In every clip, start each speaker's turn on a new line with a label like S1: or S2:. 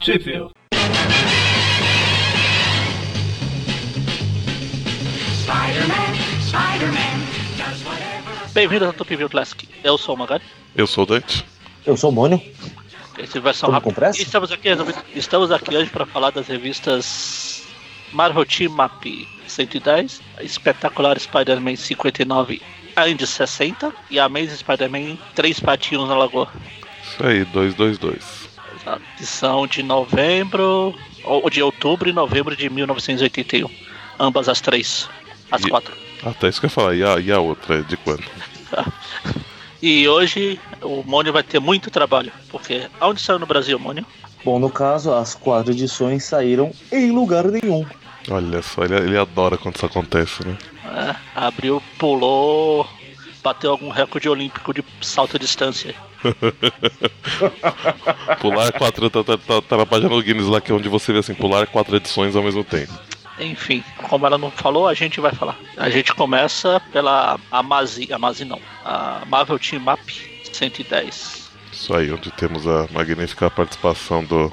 S1: Sheffield.
S2: Bem-vindos ao Top View Classic. Eu sou o Magari.
S3: Eu sou o Dante.
S4: Eu sou o Mônio.
S2: Esse é versão
S4: Todo
S2: rápida.
S4: com pressa?
S2: E Estamos aqui, estamos aqui hoje para falar das revistas Marvel Team Map 110, Espetacular Spider-Man 59, Andy 60 e Amazing Spider-Man 3 Patinhos na Lagoa.
S3: Isso aí, 222.
S2: A edição de novembro, ou de outubro e novembro de 1981. Ambas as três. As
S3: E-
S2: quatro.
S3: Ah, tá, isso que eu ia falar. E a, e a outra, é de quando?
S2: E hoje o Mônio vai ter muito trabalho, porque aonde saiu no Brasil, Mônio?
S4: Bom, no caso, as quatro edições saíram em lugar nenhum.
S3: Olha só, ele, ele adora quando isso acontece, né?
S2: É, abriu, pulou, bateu algum recorde olímpico de salto à distância.
S3: Pular quatro. Tá, tá, tá, tá na página do Guinness lá que é onde você vê assim, pular quatro edições ao mesmo tempo.
S2: Enfim, como ela não falou, a gente vai falar. A gente começa pela Amazi, Amazi não, a Marvel Team Up 110.
S3: Isso aí, onde temos a magnífica participação do,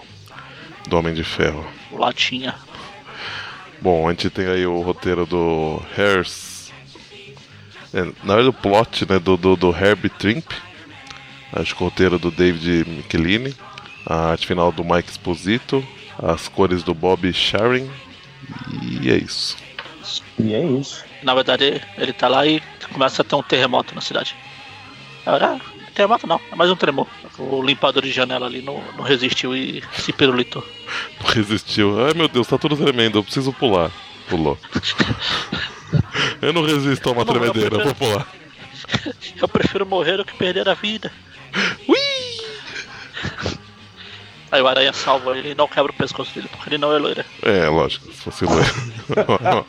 S3: do Homem de Ferro.
S2: o Latinha.
S3: Bom, a gente tem aí o roteiro do Harris. É, na verdade, o plot né, do, do, do Herbie Trimp. Acho que o roteiro é do David Michelini. A arte final do Mike Esposito. As cores do Bob Sharing. E é isso.
S4: E é isso.
S2: Na verdade, ele tá lá e começa a ter um terremoto na cidade. Ah, terremoto não, é mais um tremor. O limpador de janela ali não, não resistiu e se pirulitou.
S3: Não resistiu. Ai meu Deus, tá tudo tremendo, eu preciso pular. Pulou. eu não resisto a uma
S2: Não, eu
S3: tremedeira,
S2: prefiro-
S3: vou pular.
S2: Eu prefiro morrer do que perder a vida.
S3: Ui!
S2: Aí o aranha salva ele e não quebra o pescoço dele, porque ele não é loira.
S3: É, lógico, se fosse loira.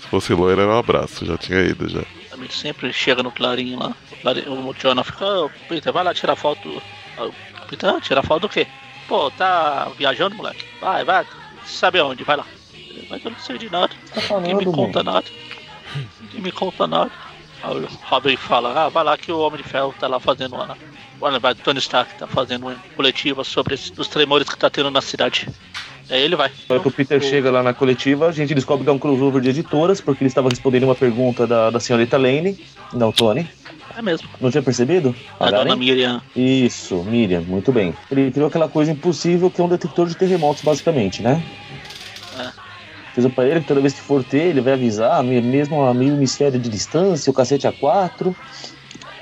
S3: se fosse loira era um abraço, já tinha ido já.
S2: Ele sempre chega no clarinho lá. O, clarinho, o Jonah fica, "Ô, Peter, vai lá tirar foto. Aí o Peter, "Ah, tirar foto do quê? Pô, tá viajando, moleque? Vai, vai. Sabe aonde? Vai lá. Ele, Mas eu não sei de nada.
S4: Tá
S2: Ninguém me
S4: falando,
S2: conta
S4: mano.
S2: nada. Ninguém me conta nada. Aí o Robin fala, ah, vai lá que o Homem de Ferro tá lá fazendo uma. Olha, vai, Tony Stark tá fazendo uma coletiva sobre esses- os tremores que tá tendo na cidade. Aí ele vai.
S4: Só que o Peter chega lá na coletiva, a gente descobre que é um crossover de editoras, porque ele estava respondendo uma pergunta da, da senhorita Lane. Não, Tony.
S2: É mesmo.
S4: Não tinha percebido?
S2: A
S4: Agora,
S2: dona
S4: hein?
S2: Miriam.
S4: Isso, Miriam, muito bem. Ele criou aquela coisa impossível que é um detector de terremotos, basicamente, né?
S2: É.
S4: Fez um aparelho que toda vez que for ter, ele vai avisar, me- mesmo a meio hemisfério de distância, o cacete a quatro.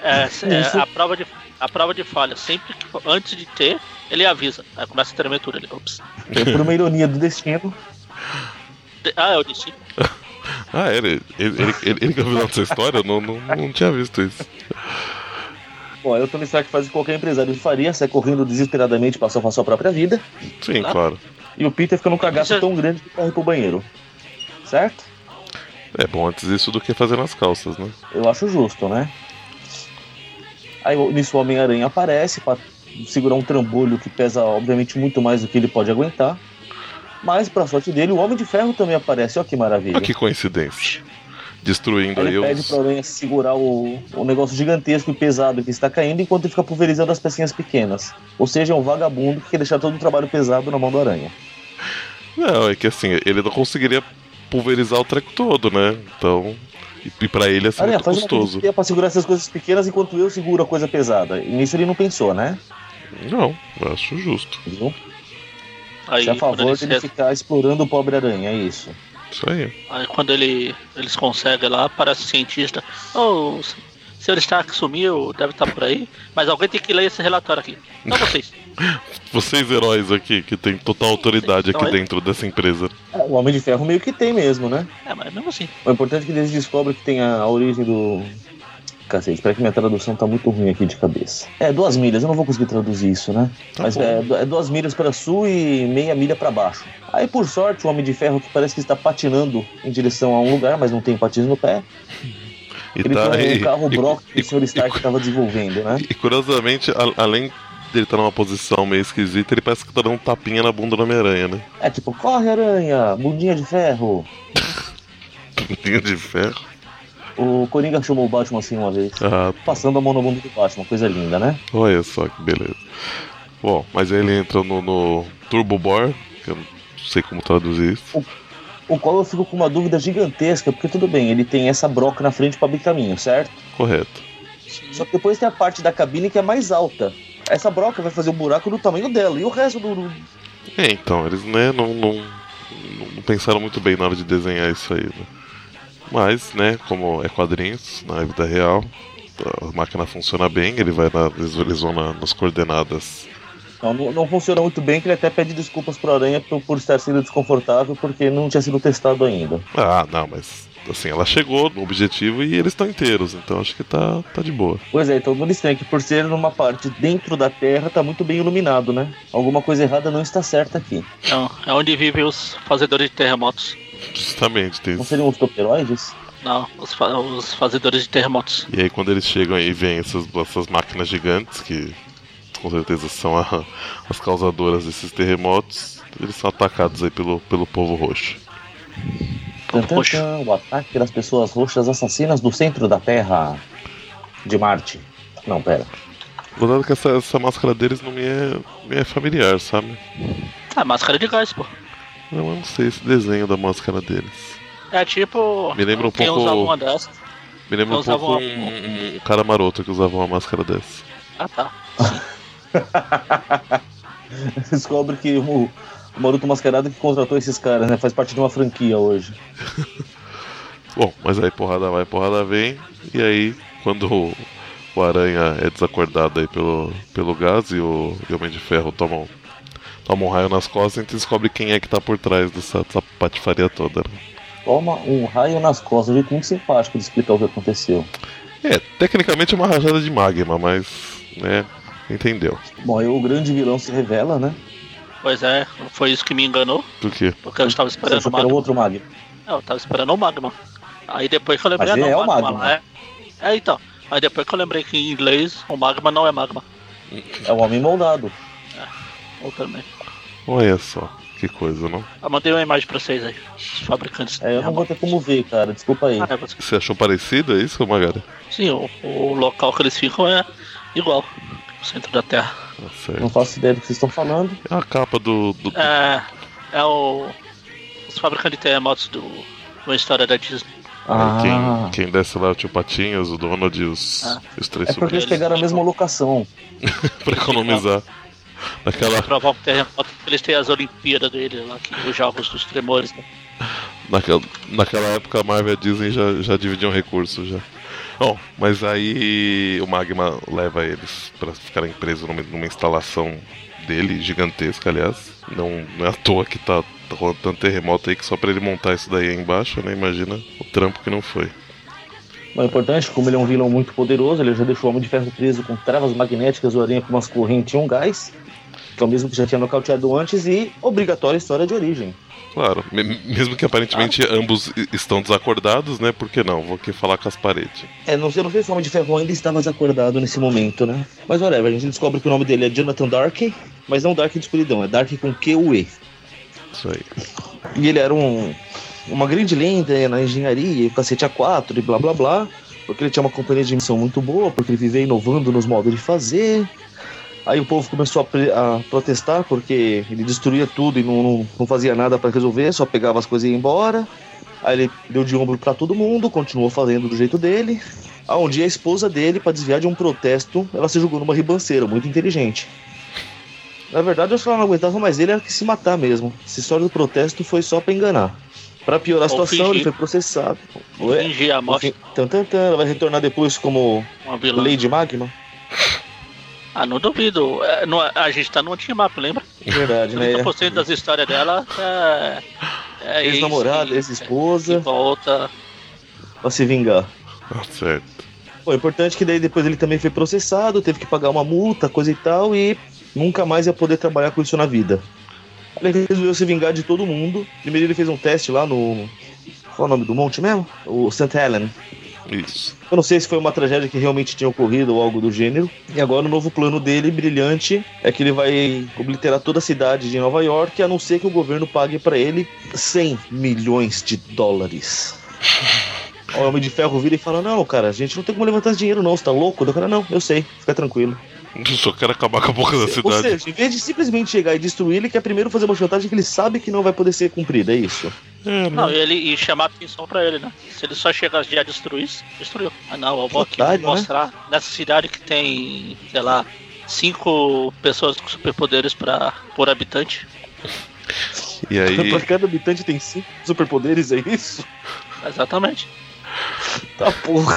S2: É, se- é,
S4: Isso.
S2: a, prova de, a prova de falha. Sempre que for- antes de ter, ele avisa. Aí começa a tremer tudo. Ele, ops.
S4: É por uma ironia do destino.
S2: De- ah, eu disse.
S3: Ah, era. Ele, ele, ele, ele, ele que avisou essa história? Eu Não, não, não tinha visto isso.
S4: Bom, é o Tony Stark faz o que qualquer empresário faria, sai correndo desesperadamente pra salvar sua própria vida.
S3: Sim, claro.
S4: E o Peter fica num cagaço
S2: Isso é-
S4: tão grande que corre pro banheiro. Certo?
S3: É bom antes isso do que fazer nas calças, né?
S4: Eu acho justo, né? Aí o- nisso o Homem-Aranha aparece pra segurar um trambolho que pesa, obviamente, muito mais do que ele pode aguentar. Mas, pra sorte dele, o Homem de Ferro também aparece. Olha que maravilha.
S3: Olha Ah, que coincidência. Destruindo
S4: Aí
S3: aí
S4: Ele pede
S3: os.
S4: pra Aranha segurar o, o negócio gigantesco e pesado que está caindo, enquanto ele fica pulverizando as pecinhas pequenas. Ou seja, é um vagabundo que quer deixar todo o trabalho pesado na mão do Aranha.
S3: Não, é que assim, ele não conseguiria pulverizar o treco todo, né? Então. E, e pra ele é assim,
S4: Aranha,
S3: muito
S4: faz um
S3: custoso.
S4: uma coisa pra segurar essas coisas pequenas enquanto eu seguro a coisa pesada. E nisso ele não pensou, né?
S3: Não, eu acho justo.
S4: Viu?
S2: Aí
S4: Se a
S2: quando,
S4: favor
S2: eles,
S4: de ele
S2: re-
S4: ficar explorando o pobre aranha, é isso.
S3: Isso aí.
S2: aí quando ele- eles conseguem lá, aparece o cientista. Oh, o s- senhor Stark sumiu, deve estar por aí. Mas alguém tem que ler esse relatório aqui. Não vocês.
S3: Vocês heróis aqui, que tem total autoridade
S2: Então,
S3: aqui
S2: é-
S3: dentro dessa empresa.
S4: É, O Homem de Ferro meio que tem mesmo, né?
S2: É, mas mesmo assim.
S4: O importante é que eles descobrem que tem a, a origem do. Cacete, espera que minha tradução tá muito ruim aqui de cabeça. É, duas milhas, eu não vou conseguir traduzir isso, né?
S3: Tá
S4: Mas
S3: bom.
S4: é, du- é duas milhas para sul e meia milha para baixo. Aí, por sorte, o Homem de Ferro, que parece que está patinando em direção a um lugar, mas não tem patins no pé,
S3: E
S4: ele
S3: tá
S4: tem
S3: aí.
S4: um carro
S3: e-
S4: Brock que
S3: e-
S4: o Sr. Stark estava desenvolvendo, né?
S3: E curiosamente, a- além dele estar numa posição meio esquisita, ele parece que tá dando um tapinha na bunda do Homem-Aranha, né?
S4: É tipo, corre, aranha, bundinha de ferro.
S3: Bundinha de ferro.
S4: O Coringa chamou o Batman assim uma vez.
S3: Ah,
S4: Passando a mão no mundo do Batman, coisa linda, né?
S3: olha só que beleza. Bom, mas aí ele entra no, no, Turbo Bor, que eu não sei como traduzir isso.
S4: O qual eu fico com uma dúvida gigantesca, porque tudo bem, ele tem essa broca na frente para abrir caminho, certo?
S3: Correto.
S4: Só que depois tem a parte da cabine que é mais alta. Essa broca vai fazer um buraco do tamanho dela. E o resto do. do-
S3: É, então, eles né, não, não, não- não pensaram muito bem na hora de desenhar isso aí, né? Mas, né, como é quadrinhos, na vida real, a máquina funciona bem, ele vai na, eles, eles vão na- nas coordenadas.
S4: Não, não, não funciona muito bem, que ele até pede desculpas pro Aranha por, por estar sendo desconfortável, porque não tinha sido testado ainda.
S3: Ah, não, mas assim, ela chegou no objetivo e eles estão inteiros, então acho que tá, tá de boa.
S4: Pois é, então o Muristrank, por ser numa parte dentro da Terra, tá muito bem iluminado, né? Alguma coisa errada não está certa aqui.
S2: Não, é onde vivem os fazedores de terremotos.
S3: Justamente, tem
S4: Não
S3: isso.
S4: seriam os toperoides?
S2: Não, os, fa- os fazedores de terremotos.
S3: E aí quando eles chegam aí e veem essas, essas máquinas gigantes, que com certeza são a- as causadoras desses terremotos, eles são atacados aí pelo, pelo povo roxo.
S4: Tan, tan,
S2: Roxo.
S4: tan, O ataque das pessoas roxas assassinas do centro da Terra. De Marte. Não, pera.
S3: Gostado que essa, essa máscara deles não me é, me é familiar, sabe?
S2: Ah, máscara de gás, pô.
S3: Não, eu não sei esse desenho da máscara deles.
S2: É tipo.
S3: Me lembra um
S2: quem
S3: pouco-
S2: usava uma dessas.
S3: Me lembra
S2: Eu
S3: um pouco
S2: usava
S3: um, um- um cara maroto que usava uma máscara dessa.
S2: Ah, tá.
S4: Descobre que o, o Maruto Mascarado que contratou esses caras, né? Faz parte de uma franquia hoje.
S3: Bom, mas aí porrada vai, porrada vem. E aí, quando o, o Aranha é desacordado aí pelo, pelo gás e o, e o Homem de Ferro toma um, toma um raio nas costas, a gente descobre quem é que tá por trás dessa, dessa patifaria toda. né?
S4: Toma um raio nas costas, um jeito muito simpático de explicar o que aconteceu.
S3: É, tecnicamente é uma rajada de magma, mas, né, entendeu.
S4: Bom, aí o grande vilão se revela, né?
S2: Pois é, foi isso que me enganou,
S3: Por quê?
S2: porque eu estava
S4: Você
S2: esperando o
S4: achou que era
S2: Magma.
S4: outro Magma.
S2: Não, eu tava esperando o Magma. Aí depois que eu lembrei,
S4: Mas
S2: ah,
S4: ele
S2: não,
S4: é o Magma.
S2: lá É... é, então. Aí depois que eu lembrei que em inglês o Magma não é Magma.
S4: É o homem moldado.
S2: Ou também.
S3: Olha só, que coisa, não?
S2: Eu mandei uma imagem pra vocês aí, os fabricantes.
S4: É, eu não vou ter como ver, cara. Desculpa aí.
S2: Ah, né, você-
S3: Você achou parecido, é isso, Magari?
S2: Sim, o, o local que eles ficam é igual. O centro da Terra.
S3: Tá certo.
S4: Não faço ideia do que vocês estão falando.
S3: É a capa do. do- do-
S2: É, é o. Os fabricantes de terremotos do. Uma história da Disney.
S4: Ah,
S3: Quem, quem desce lá é o tio Patinhas, o Donald e os,
S2: Ah.
S3: e os três
S4: é porque
S3: sobrinhos
S4: eles pegaram a mesma locação.
S3: pra economizar. Naquela,
S2: Provar um terremoto, eles têm as Olimpíadas dele lá, que- os Jogos dos Tremores. né?
S3: naquela, naquela época a Marvel e a Disney já, já dividiam recursos já. Bom, mas aí o Magma leva eles pra ficarem presos numa, numa instalação dele, gigantesca, aliás. Não, não é à toa que tá rolando tanto terremoto aí que só pra ele montar isso daí aí embaixo, né? Imagina o trampo que não foi.
S4: Mas o importante, como ele é um vilão muito poderoso, ele já deixou o Homem de Ferro preso com travas magnéticas, o Aranha com umas correntes e um gás, que é o mesmo que já tinha nocauteado antes, e obrigatória história de origem.
S3: Claro, me- mesmo que aparentemente ambos i- estão desacordados, né? Por que não? Vou aqui falar com as paredes.
S4: É, não sei, eu não sei se o Homem de Ferro ainda estava desacordado nesse momento, né? Mas olha, a gente descobre que o nome dele é Jonathan Dark, mas não Dark de escuridão, é Dark com Q-U-E.
S3: Isso aí.
S4: E ele era um, uma grande lenda na engenharia, e o cacete A4 e blá blá blá, porque ele tinha uma companhia de missão muito boa, porque ele vivia inovando nos modos de fazer. Aí o povo começou a, pre- a protestar porque ele destruía tudo e não, não, não fazia nada para resolver, só pegava as coisas e ia embora. Aí ele deu de ombro para todo mundo, continuou fazendo do jeito dele. Aí um dia a esposa dele, para desviar de um protesto, ela se jogou numa ribanceira, muito inteligente. Na verdade, eu acho que ela não aguentava mais ele, era que se matar mesmo. Essa história do protesto foi só pra enganar. Pra piorar a
S2: Ou
S4: situação,
S2: fingir.
S4: ele foi processado. Ué,
S2: Fingir a morte,
S4: tan, tan, tan, ela vai retornar depois como
S2: uma vilã.
S4: Lady Magma?
S2: Ah, não duvido. É, não- a gente tá num team up, lembra?
S4: Verdade, né?
S2: 30% das histórias dela é. é
S4: Ex-namorada,
S2: ex-
S4: ex-esposa,
S2: e volta.
S4: pra se vingar.
S3: Tá certo.
S4: Bom, o importante é que daí depois ele também foi processado, teve que pagar uma multa, coisa e tal, e nunca mais ia poder trabalhar com isso na vida. Ele resolveu se vingar de todo mundo. Primeiro ele fez um teste lá no. Qual é o nome do monte mesmo? O St. Helen.
S3: Isso.
S4: Eu não sei se foi uma tragédia que realmente tinha ocorrido ou algo do gênero. E agora o novo plano dele, brilhante, é que ele vai obliterar toda a cidade de Nova York, a não ser que o governo pague pra ele 100 milhões de dólares. Aí O homem de ferro vira e fala: Não, cara, a gente não tem como levantar esse dinheiro, não. Você tá louco? O cara, não, eu sei, fica tranquilo.
S3: Só quero acabar com a boca da
S4: Ou
S3: cidade.
S4: seja, em vez de simplesmente chegar e destruir, ele quer primeiro fazer uma chantagem que ele sabe que não vai poder ser cumprida, é isso.
S3: É,
S2: Não,
S3: não.
S2: ele e chamar a atenção pra ele, né? Se ele só chegar já destruir, destruiu. Ah não, eu vou aqui
S4: Otário, né?
S2: mostrar nessa cidade que tem, sei lá, cinco pessoas com superpoderes pra, por habitante.
S3: E aí,
S4: Pra cada habitante tem cinco superpoderes, é isso?
S2: Exatamente.
S4: Tá porra.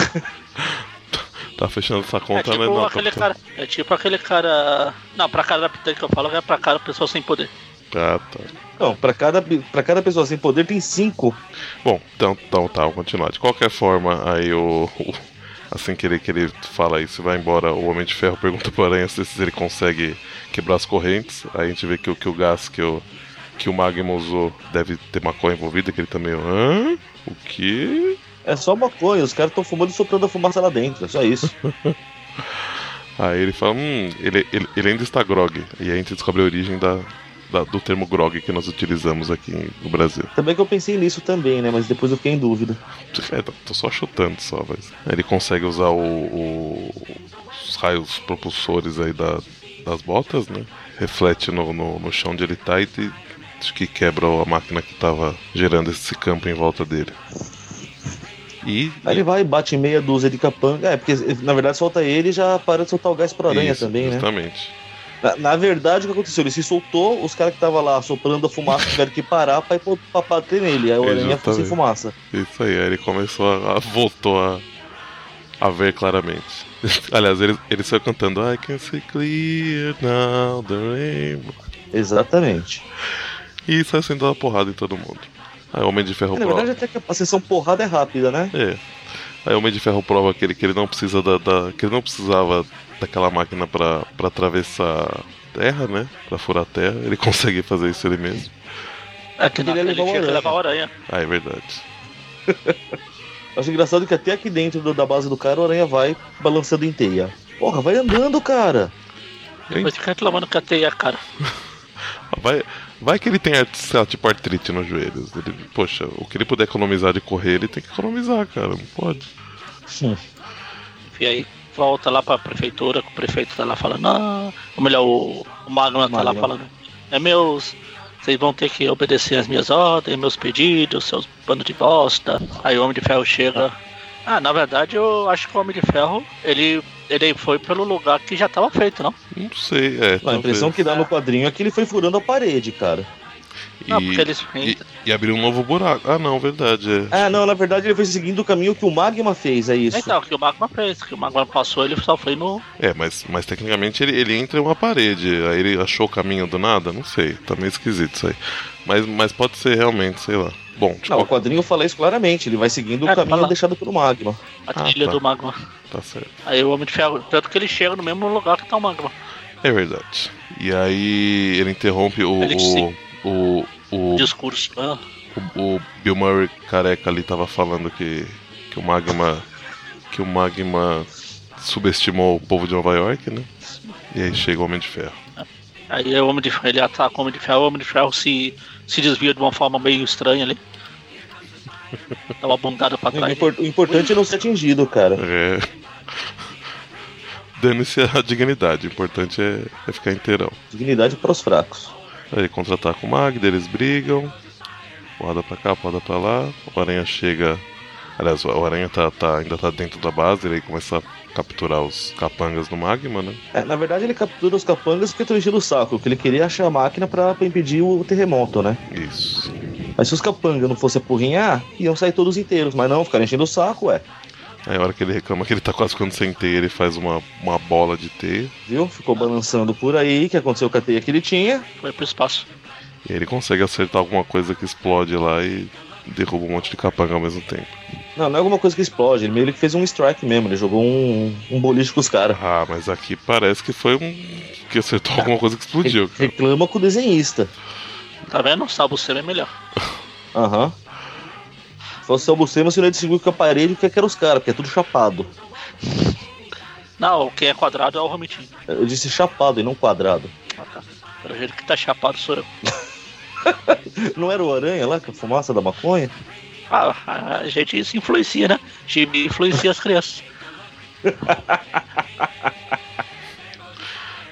S3: tá fechando essa
S2: É
S3: conta,
S2: tipo
S3: né? Não,
S2: aquele
S3: tá...
S2: cara. É tipo aquele cara. Não, pra cada habitante que eu falo é pra cada pessoa sem poder.
S3: Ah, tá.
S4: Não, pra cada, pra cada pessoa sem poder tem cinco.
S3: Bom, então, então tá, vou continuar. De qualquer forma, aí o. o- assim que ele, que ele fala isso e vai embora, o Homem de Ferro pergunta pro Aranha se se ele consegue quebrar as correntes. Aí a gente vê que, o- que o gás que o, que o Magma usou deve ter maconha envolvida, que ele também. Hã? O quê?
S4: É só maconha, os caras estão fumando e soprando a fumaça lá dentro, é só isso.
S3: Aí ele fala, hum, ele, ele, ele ainda está grog. E aí a gente descobre a origem da, da- do termo grog que nós utilizamos aqui no Brasil.
S4: Também que eu pensei nisso também, né? Mas depois eu fiquei em dúvida.
S3: É, tô- tô só chutando só, mas. Ele consegue usar o, o- os raios propulsores aí da- das botas, né? Reflete no, no, no chão onde ele tá e te- acho que quebra a máquina que tava gerando esse campo em volta dele. E.
S4: Aí ele vai, bate meia dúzia de capanga. É, porque na verdade solta ele e já para de soltar o gás pro aranha
S3: isso,
S4: também, né?
S3: Justamente.
S4: Na, na verdade, o que aconteceu? Ele se soltou, os caras que estavam lá soprando a fumaça tiveram que parar pra, ir pro- pra bater nele. Aí o aranha ficou sem
S3: Exatamente.
S4: fumaça.
S3: Isso aí, aí ele começou a. a- voltou a. a ver claramente. Aliás, ele, ele saiu cantando I can see clear now the rainbow.
S4: Exatamente.
S3: E saiu sendo uma porrada em todo mundo. Aí o Homem de Ferro
S4: Na
S3: prova.
S4: verdade, até que a sessão porrada é rápida, né?
S3: É. Aí o Homem de Ferro prova que ele, que ele não precisa da, da- que ele não precisava daquela máquina pra, pra atravessar terra, né? Pra furar terra. Ele consegue fazer isso ele mesmo.
S2: É que
S4: Ele
S2: naquele
S4: levou uma
S2: dia que
S4: aranha.
S2: levar a aranha.
S3: Ah, é verdade.
S4: Eu Acho engraçado que até aqui dentro do- da base do cara, o aranha vai balançando em teia. Porra, vai andando, cara!
S2: Depois fica reclamando que atei a é cara.
S3: Vai, vai que ele tem art- sei lá, tipo artrite nos joelhos. Ele, poxa, o que ele puder economizar de correr, ele tem que economizar, cara. Não pode.
S4: Sim.
S2: E aí volta lá pra prefeitura, que o prefeito tá lá falando, ah, ou melhor, o, o Magma tá lá
S4: Magma.
S2: falando, é meus, vocês vão ter que obedecer as minhas ordens, meus pedidos, seus bando de bosta. Aí o Homem de Ferro chega. Ah, na verdade eu acho que o Homem de Ferro, ele, ele foi pelo lugar que já tava feito, não?
S3: Não sei, é.
S4: a
S3: talvez.
S4: impressão que dá no quadrinho é que ele foi furando a parede, cara.
S3: E,
S2: Não, porque eles.
S3: e, e abrir um novo buraco. Ah, não, verdade. É.
S4: Ah, não, na verdade ele foi seguindo o caminho que o Magma fez, é isso.
S2: Então, que o Magma fez, que o Magma passou, ele só foi no.
S3: É, mas, mas tecnicamente ele, ele entra em uma parede, aí ele achou o caminho do nada, não sei, tá meio esquisito isso aí. Mas, mas pode ser realmente, sei lá. Bom, tipo,
S4: Não, o quadrinho fala isso claramente, ele vai seguindo
S2: então. É,
S4: o caminho
S2: fala.
S4: deixado pelo Magma.
S2: a
S3: Ah,
S2: trilha
S3: tá.
S2: do Magma.
S3: tá certo.
S2: Aí o Homem de Ferro. Tanto que ele chega no mesmo lugar que tá o Magma.
S3: É verdade. E aí ele interrompe o.
S2: Ele sim.
S3: o, o, o,
S2: Discurso. né?
S3: o- o Bill Murray careca ali tava falando que, que o Magma. que o Magma subestimou o povo de Nova York, né? E aí chega o Homem de Ferro.
S2: Aí é o Homem de Ferro, ele ataca o Homem de Ferro, o Homem de Ferro se, se desvia de uma forma meio estranha ali. Dá uma bundada pra
S4: O,
S2: trás.
S4: impor- o importante é não ser atingido, cara.
S3: É. Dane-se a dignidade, o importante é, é ficar inteirão.
S4: Dignidade para os fracos.
S3: Aí contra com o Magda, eles brigam. Porrada pra cá, porrada pra lá. O Aranha chega. Aliás, o Aranha tá, tá- ainda tá dentro da base, ele começa a capturar os capangas do Magma, né?
S4: É, na verdade ele captura os capangas porque estão enchendo o saco, porque ele queria achar a máquina pra pra impedir o terremoto, né?
S3: Isso.
S4: Mas se os capangas não fossem apurrinhar, iam sair todos inteiros, mas não, ficaram enchendo o saco, ué.
S3: Aí a hora que ele reclama que ele tá quase ficando sem teia, ele faz uma, uma bola de teia.
S4: Viu? Ficou balançando por aí, que aconteceu com a teia que ele tinha.
S2: Foi pro espaço.
S3: E aí ele consegue acertar alguma coisa que explode lá e derruba um monte de capanga ao mesmo tempo.
S4: Não, não é alguma coisa que explode, ele meio que fez um strike mesmo, ele jogou um, um boliche com os caras.
S3: Ah, mas aqui parece que foi um. que acertou alguma coisa que explodiu, cara.
S4: Reclama com o desenhista.
S2: Tá vendo? Sabe o ser é melhor.
S4: Aham. Se fosse o Buscema, você não ia distinguir com a parede o que é que era os caras, porque é tudo chapado.
S2: Não, quem é quadrado é o Romitinho.
S4: Eu disse chapado e não quadrado.
S2: Ah, tá. Pelo jeito que tá chapado sou eu.
S4: Não era o aranha lá, com a fumaça da maconha?
S2: Ah, a- a gente se influencia, né? A gente influencia as crianças.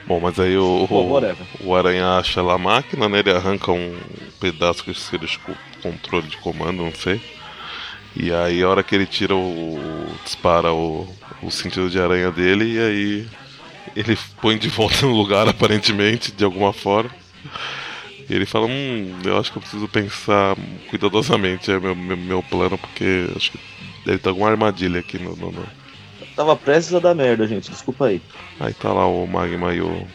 S3: Bom, mas aí o,
S1: Bom,
S3: o,
S1: whatever.
S3: o Aranha acha lá a máquina, né? Ele arranca um pedaço que seria de co- controle de comando, não sei. E aí a hora que ele tira o. dispara o, o sentido de aranha dele e aí ele põe de volta no lugar aparentemente, de alguma forma. E ele fala, hum, eu acho que eu preciso pensar cuidadosamente é meu, meu, meu plano, porque acho que deve ter alguma armadilha aqui no- no- no,
S4: Tava prestes a dar merda, gente. Desculpa aí.
S3: Aí tá lá o Magma e o,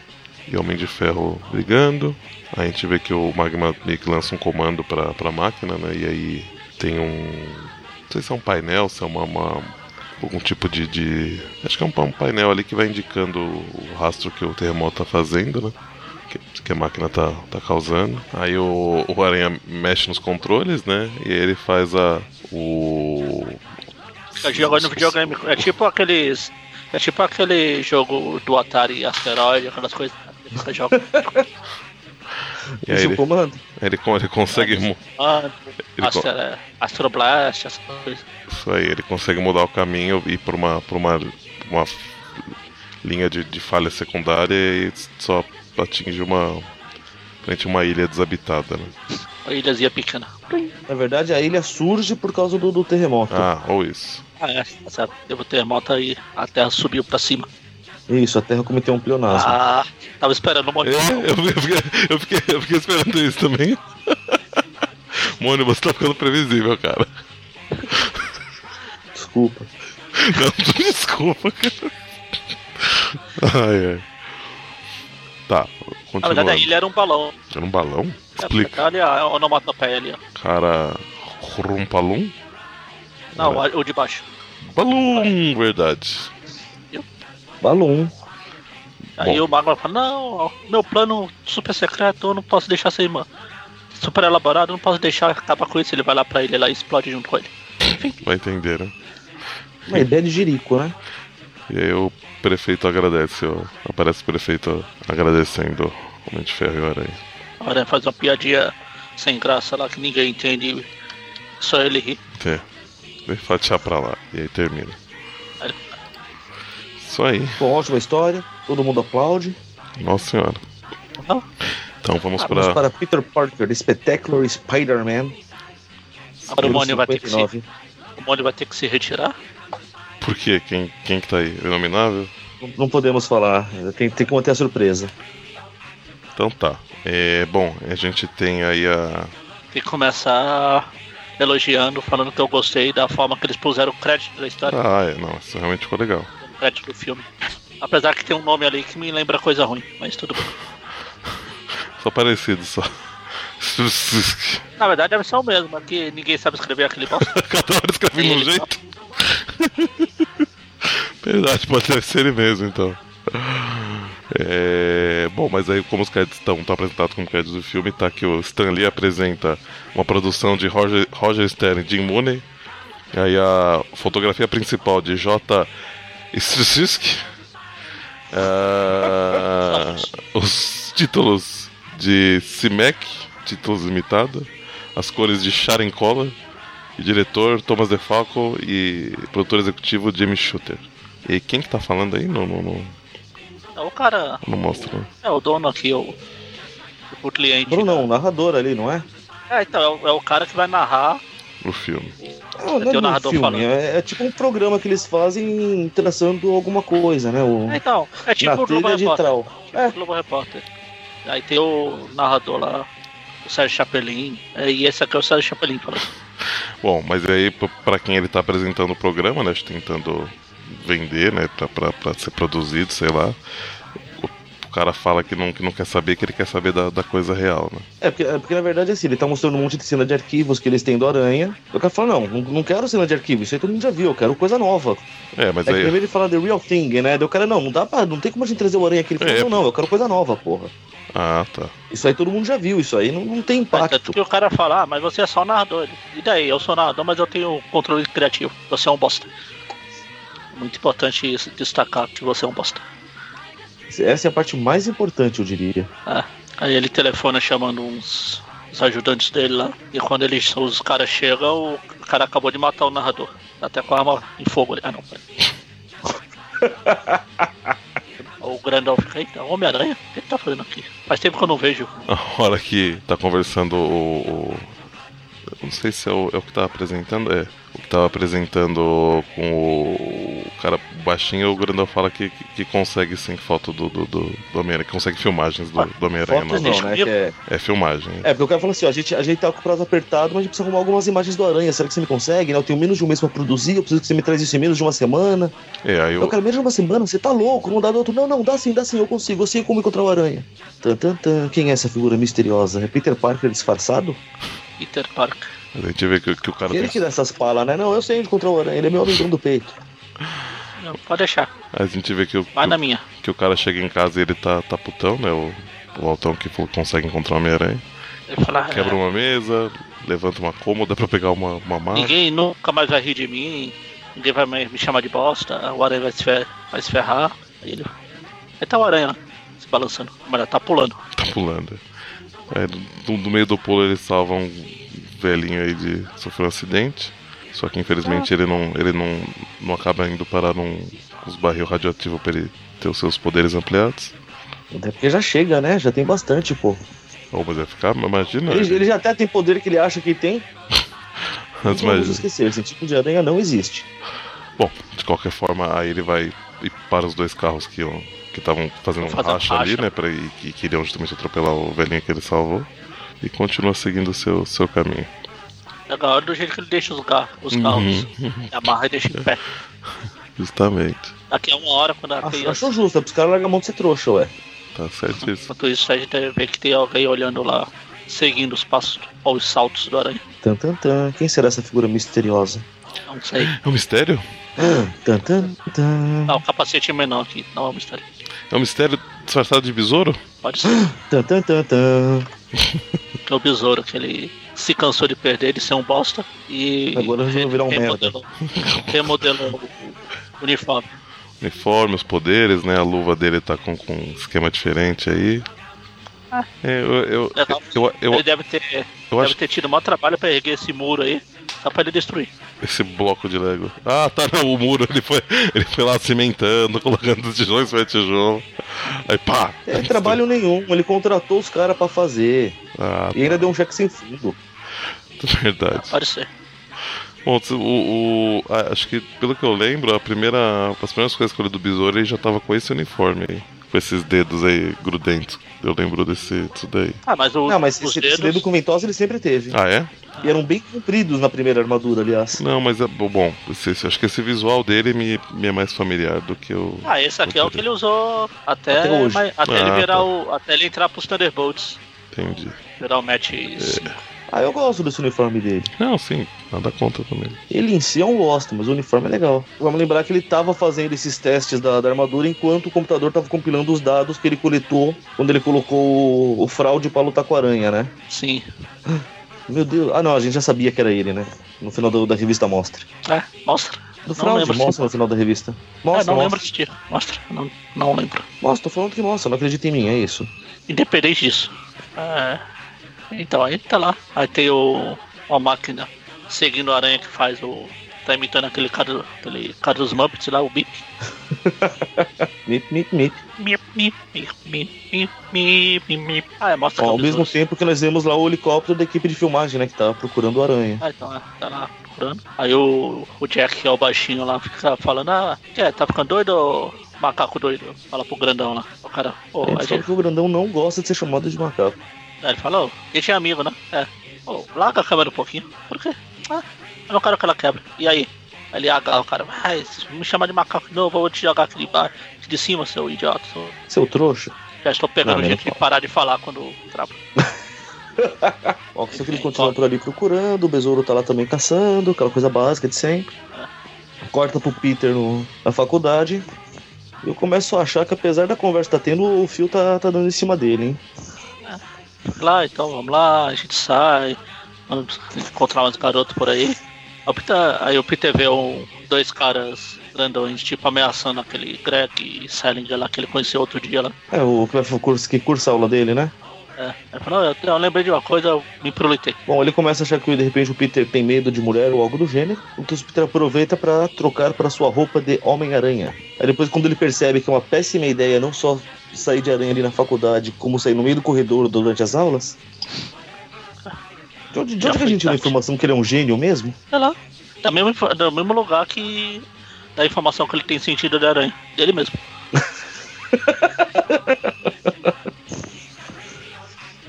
S3: e o Homem de Ferro brigando. Aí a gente vê que o Magma meio que lança um comando pra, pra máquina, né? E aí tem um. Não sei se é um painel, se é uma. uma- algum tipo de, de- Acho que é um, pa- um painel ali que vai indicando o rastro que o terremoto tá fazendo, né? Que, que a máquina tá, tá causando. Aí o, o Aranha mexe nos controles, né? E aí ele faz a. O.
S2: Eu jogo no videogame. É tipo aqueles. É tipo aquele jogo do Atari Asteroid, aquelas coisas que você joga.
S3: E aí
S4: Esse é
S3: ele,
S4: comando.
S3: ele, con- ele consegue. mo-
S2: Ah,
S3: Ele co-
S2: Astro- Astroblast, essas coisas.
S3: Isso aí, ele consegue mudar o caminho e ir pra uma, pra uma, uma linha de, de falha secundária e só atinge uma. frente a uma ilha desabitada, né?
S2: Uma ilhazinha pequena.
S4: Na verdade, a ilha surge por causa do, do terremoto.
S3: Ah, ou isso.
S2: Ah, é, tá certo. Devo ter moto aí. A terra subiu pra cima.
S4: Isso, a Terra cometeu um pleonasmo.
S2: Ah, tava esperando um monte
S3: É, eu, eu fiquei, eu, fiquei, eu fiquei esperando isso também. Mônio, você tá ficando previsível, cara.
S4: Desculpa.
S3: Não, desculpa, cara. Ai, ai. Tá,
S2: Na verdade, a ilha
S3: continua.
S2: era um balão.
S3: Era um balão? Explica.
S2: Olha ali é a onomatopeia ali, ó.
S3: Cara. Rumpalum?
S2: Não,
S3: É.
S2: a- o de baixo.
S3: Balloon, um verdade.
S4: Balum.
S2: Aí
S3: Bom.
S2: o Magma fala, não, meu plano super secreto, eu não posso deixar sem irmã. Super elaborado, eu não posso deixar acabar com isso. Ele vai lá pra ilha lá e explode junto com ele.
S3: Vai entender, né?
S4: Uma ideia de jirico, né?
S3: E aí o prefeito agradece, ó. aparece o prefeito agradecendo o Homem de Ferro e o Aranha.
S2: A Aranha faz uma piadinha sem graça lá que ninguém entende. Só ele ri.
S3: É. Vem fatiar pra lá. E aí termina. Isso aí.
S4: Bom, ótima história. Todo mundo aplaude.
S3: Nossa senhora.
S2: Não.
S3: Então vamos
S4: Ah, Vamos
S3: pra.
S4: para Peter Parker, The Spectacular Spider-Man.
S2: Agora o Mônio vai ter que se,
S4: 59.
S2: o Mônio vai ter que se retirar.
S3: Por quê? Quem, quem que tá aí? O Inominável?
S4: Não, não podemos falar. Tem, tem que manter a surpresa.
S3: Então tá. É, bom, a gente tem aí a.
S2: Tem que começar elogiando, falando que eu gostei da forma que eles puseram o crédito da história,
S3: Ah, é, não, isso realmente ficou legal.
S2: o crédito do É, tipo, filme. Apesar que tem um nome ali que me lembra coisa ruim, mas tudo bem.
S3: Só parecido só.
S2: Na verdade deve ser o mesmo, é que ninguém sabe escrever aquele bosta.
S3: Cada hora escrevi de um jeito. Verdade, pode ser ele mesmo, então. É, Bom, mas aí como os créditos estão tá apresentados como créditos do filme, tá que o Stan Lee apresenta uma produção de Roger, Roger Stern e Jim Mooney. Aí a fotografia principal de J. Strusisk. Ah, os títulos de Simek, títulos limitados. As cores de Sharon Collar e diretor Thomas DeFalco e produtor executivo Jamie Shooter. E quem que tá falando aí? Não, não, não,
S2: É o cara,
S3: não mostra.
S2: é
S3: não.
S2: o dono aqui, o, o cliente. né?
S4: Bruno, não, o narrador ali, não é?
S2: É, então, é o, é o cara que vai narrar.
S3: O filme.
S4: Não,
S2: Tem o
S4: não é um
S2: narrador falando.
S4: filme, é, é tipo um programa que eles fazem traçando alguma coisa, né? O,
S2: É, então, é tipo
S4: na
S2: o Globo
S4: trilha de
S2: Repórter.
S4: trau.
S2: Tipo
S4: É,
S2: o Globo Repórter. Aí tem o narrador lá, o Sérgio Chapelin. é, E esse aqui é o Sérgio Chapelin falando.
S3: Bom, mas aí p- pra quem ele tá apresentando o programa, né? acho que Tentando vender, né? Pra, pra, pra ser produzido, sei lá. O, o cara fala que não, que não quer saber, que ele quer saber da, da coisa real, né?
S4: é, porque, é porque, na verdade assim, ele tá mostrando um monte de cena de arquivos que eles têm do Aranha. Eu quero falar, não, não, não quero cena de arquivo, isso aí todo mundo já viu, eu quero coisa nova.
S3: É, mas
S4: É que
S3: aí.
S4: primeiro ele fala The Real Thing, né? Daí o cara, não, não dá pra. Não tem como a gente trazer o Aranha aqui. Ele fala,
S3: É.
S4: não, não, eu quero coisa nova, porra.
S3: Ah, tá.
S4: Isso aí todo mundo já viu, isso aí não, não tem
S2: É, Tanto
S4: impacto.
S2: que o cara fala, ah, mas você é só narrador. E daí? Eu sou narrador, mas eu tenho controle criativo. Você é um bosta. Muito importante isso, destacar que você é um bosta.
S4: Essa é a parte mais importante, eu diria.
S2: É. Aí ele telefona chamando uns, uns ajudantes dele lá. E quando eles, os caras chegam, o cara acabou de matar o narrador. Até com a arma em fogo. ali. Ah, não. pera. o Grandolph Kane, o Homem-Aranha. O que ele tá fazendo aqui? Faz tempo que eu não vejo.
S3: A hora que tá conversando o. o- eu não sei se é o, é o que tá apresentando. É. O que tava apresentando com o, o cara baixinho, o Grandão fala que, que, que consegue sim foto do, do, do, do Homem-Aranha, que consegue filmagens do, do Homem-Aranha.
S4: Fotos
S3: não.
S4: não, né? que é,
S3: É filmagem.
S4: é, porque o cara falou assim, ó, a gente, a gente tá com o prazo apertado, mas a gente precisa arrumar algumas imagens do Aranha. Será que você me consegue? né? Eu tenho menos de um mês pra produzir, eu preciso que você me traz isso em menos de uma semana.
S3: É, aí
S4: Eu
S3: o,
S4: quero menos de uma semana, você tá louco, não dá do outro. Não, não, dá sim, dá sim, eu consigo, eu sei como encontrar o aranha. Tan, tan, tan. Quem é essa figura misteriosa? É Peter Parker disfarçado?
S2: Peter Parker.
S3: a gente vê que, que o cara
S4: Ele
S3: tem.
S4: que dá essas palas, né? Não, eu sei onde encontrar o aranha, ele é meu amigão do peito.
S2: Não, pode deixar.
S3: A gente vê que o, que,
S2: Vai na
S3: o,
S2: minha.
S3: que o cara chega em casa e ele tá, tá putão, né? O, o Altão que falou que consegue encontrar o Homem-Aranha.
S2: Ele fala,
S4: É.
S2: "Ah,
S3: Quebra uma mesa, levanta uma cômoda pra pegar uma, uma marca.
S2: Ninguém nunca mais vai rir de mim, ninguém vai mais me chamar de bosta, o aranha vai se, fer- vai se ferrar. Aí ele. Aí tá o aranha lá, se balançando, mas ela tá pulando.
S3: Tá pulando. Aí, do, do meio do pulo ele salva um velhinho aí de sofrer um acidente. Só que infelizmente
S4: Ah.
S3: ele não ele não, não acaba indo parar num uns barril radioativo pra ele ter os seus poderes ampliados.
S4: Até porque já chega, né? Já tem bastante, pô.
S3: Ou mas vai ficar, mas imagina.
S4: Ele, ele já até tem poder que ele acha que tem.
S3: mas
S4: não vamos
S3: imagina.
S4: esquecer, esse tipo de aranha não existe.
S3: Bom, de qualquer forma, aí ele vai e para os dois carros que iam- que estavam fazendo um
S2: Fazer um
S3: racha ali,
S2: racha.
S3: né? Pra, e que queriam justamente atropelar o velhinho que ele salvou. E continua seguindo o seu, seu caminho.
S2: Legal, É do jeito que ele deixa os, gar- os carros. Amarra e deixa em pé.
S3: Justamente.
S2: Daqui a uma hora, quando a
S4: Acho,
S2: criança.
S4: achou justo, é pros caras largar a mão de ser trouxa, ué.
S3: Tá certo isso.
S2: Enquanto isso, a gente vê que tem alguém olhando lá, seguindo os passos ou os saltos do aranha.
S4: Tan, tan, tan. Quem será essa figura misteriosa?
S2: Não sei.
S3: É um mistério?
S4: Tan, tan, tan.
S2: Ah, o capacete é menor aqui, não é uma história.
S3: É um mistério disfarçado de besouro?
S2: Pode ser.
S4: Tan, tan, tan, tan.
S2: Que é o besouro que ele se cansou de perder, de ser um bosta. E.
S4: Agora resolveu virar um merda.
S2: remodelou, remodelou o uniforme.
S3: Uniforme, os poderes, né? A luva dele tá com, com um esquema diferente aí. É, eu, eu,
S2: Legal.
S3: eu, eu,
S2: ele é
S3: eu,
S2: deve ter,
S3: eu
S2: deve
S3: acho
S2: ter tido o maior trabalho pra erguer esse muro aí, só pra ele destruir.
S3: esse bloco de Lego. Ah, tá, não, o muro ele foi, ele foi lá cimentando, colocando os tijolos em tijolo. Aí pá!
S4: É trabalho nenhum, ele contratou os caras pra fazer.
S3: Ah,
S4: E ainda deu um cheque sem fundo.
S3: tá, verdade.
S2: Pode ser.
S3: Bom, se- o, o- a- acho que pelo que eu lembro, a primeira, as primeiras coisas que eu li do Besouro ele já tava com esse uniforme aí. Com esses dedos aí grudentos. Eu lembro desse, disso daí.
S2: Ah, mas o,
S4: Não, mas
S2: os
S4: esse,
S2: dedos,
S4: esse dedo com ventosa ele sempre teve.
S3: Ah, é?
S4: E eram bem compridos na primeira armadura, aliás.
S3: Não, mas é bom. bom, esse- esse- acho que esse visual dele me, me é mais familiar do que o.
S2: Ah, esse aqui é o que ele usou até,
S4: Até hoje.
S2: mas- até
S3: Ah,
S2: ele virar
S3: tá.
S2: o. Até ele entrar pros Thunderbolts.
S3: Entendi.
S2: Virar o match 5.
S3: É.
S4: Ah, eu gosto desse uniforme dele.
S3: Não, sim, nada contra também.
S4: Ele em si é um gosto, mas o uniforme é legal. Vamos lembrar que ele tava fazendo esses testes da, da armadura enquanto o computador tava compilando os dados que ele coletou quando ele colocou o, o fraude pra lutar com a aranha, né?
S2: Sim.
S4: Meu Deus. Ah, não, a gente já sabia que era ele, né? No final do- da revista Mostra.
S2: Ah, mostra.
S4: Do fraude,
S2: lembro se-
S4: mostra no final da revista.
S2: Ah,
S4: Mostra,
S2: não lembro
S4: mostra.
S2: desse dia. Mostra. Não, não lembro.
S4: Mostra, tô falando que mostra, não acredita em mim, é isso.
S2: Independente disso. É, Então, aí ele tá lá. Aí tem o, uma máquina seguindo a aranha que faz o. Tá imitando aquele cara, aquele cara dos Muppets lá, o Bip.
S4: Mip, mip, mip.
S2: Mip, mip, mip, mip, mip, mip, mip. Ah, é, mostra
S4: Ó, ao
S2: que é o
S4: mesmo
S2: besouro.
S4: tempo que nós vemos lá o helicóptero da equipe de filmagem, né? Que tava procurando o aranha.
S2: Ah, então, é, tá lá procurando. Aí o, o Jack, que é o baixinho lá, fica falando, ah, é, tá ficando doido, ô macaco doido? Fala pro grandão lá. O cara, ô,
S4: A gente
S2: a
S4: sabe
S2: gente,
S4: que o grandão não gosta de ser chamado de macaco.
S2: aí ele fala, ô, a gente é amigo, né? É. Ô, larga a câmera um pouquinho. Por quê? Ah, eu não quero que ela quebre. E aí? Aí Ele agarra o cara, vai, se me chamar de macaco de novo, eu vou te jogar aqui de baixo, aqui de cima, seu idiota. Sou-
S4: Seu trouxa.
S2: Já estou pegando
S4: Não,
S2: o
S4: nem
S2: jeito de parar de falar quando trava.
S4: Ó, só que
S2: Enfim,
S4: eles continuam por ali procurando, o besouro tá lá também caçando, aquela coisa básica de sempre. Corta pro Peter no- na faculdade. E eu começo a achar que apesar da conversa que tá tendo, o fio tá, tá dando em cima dele, hein?
S2: lá, então vamos lá, a gente sai, vamos encontrar uns garotos por aí. Aí o Peter, aí o Peter vê um, dois caras grandões, tipo, ameaçando aquele Greg e Salinger lá que ele conheceu outro dia lá.
S4: É o que vai cur- que cursa a aula dele, né?
S2: É, ele falou, eu, eu lembrei de uma coisa, eu me prolitei.
S4: Bom, ele começa a achar que de repente o Peter tem medo de mulher ou algo do gênero, o que o Peter aproveita para trocar para sua roupa de Homem-Aranha. Aí depois, quando ele percebe que é uma péssima ideia não só sair de aranha ali na faculdade, como sair no meio do corredor durante as aulas. De onde, de
S2: Já
S4: onde que
S2: foi
S4: a gente tirou a
S2: tarde.
S4: informação que ele é um gênio mesmo?
S2: Sei lá. Da mesma, info- do mesmo lugar que da informação que ele tem sentido de aranha. Dele mesmo.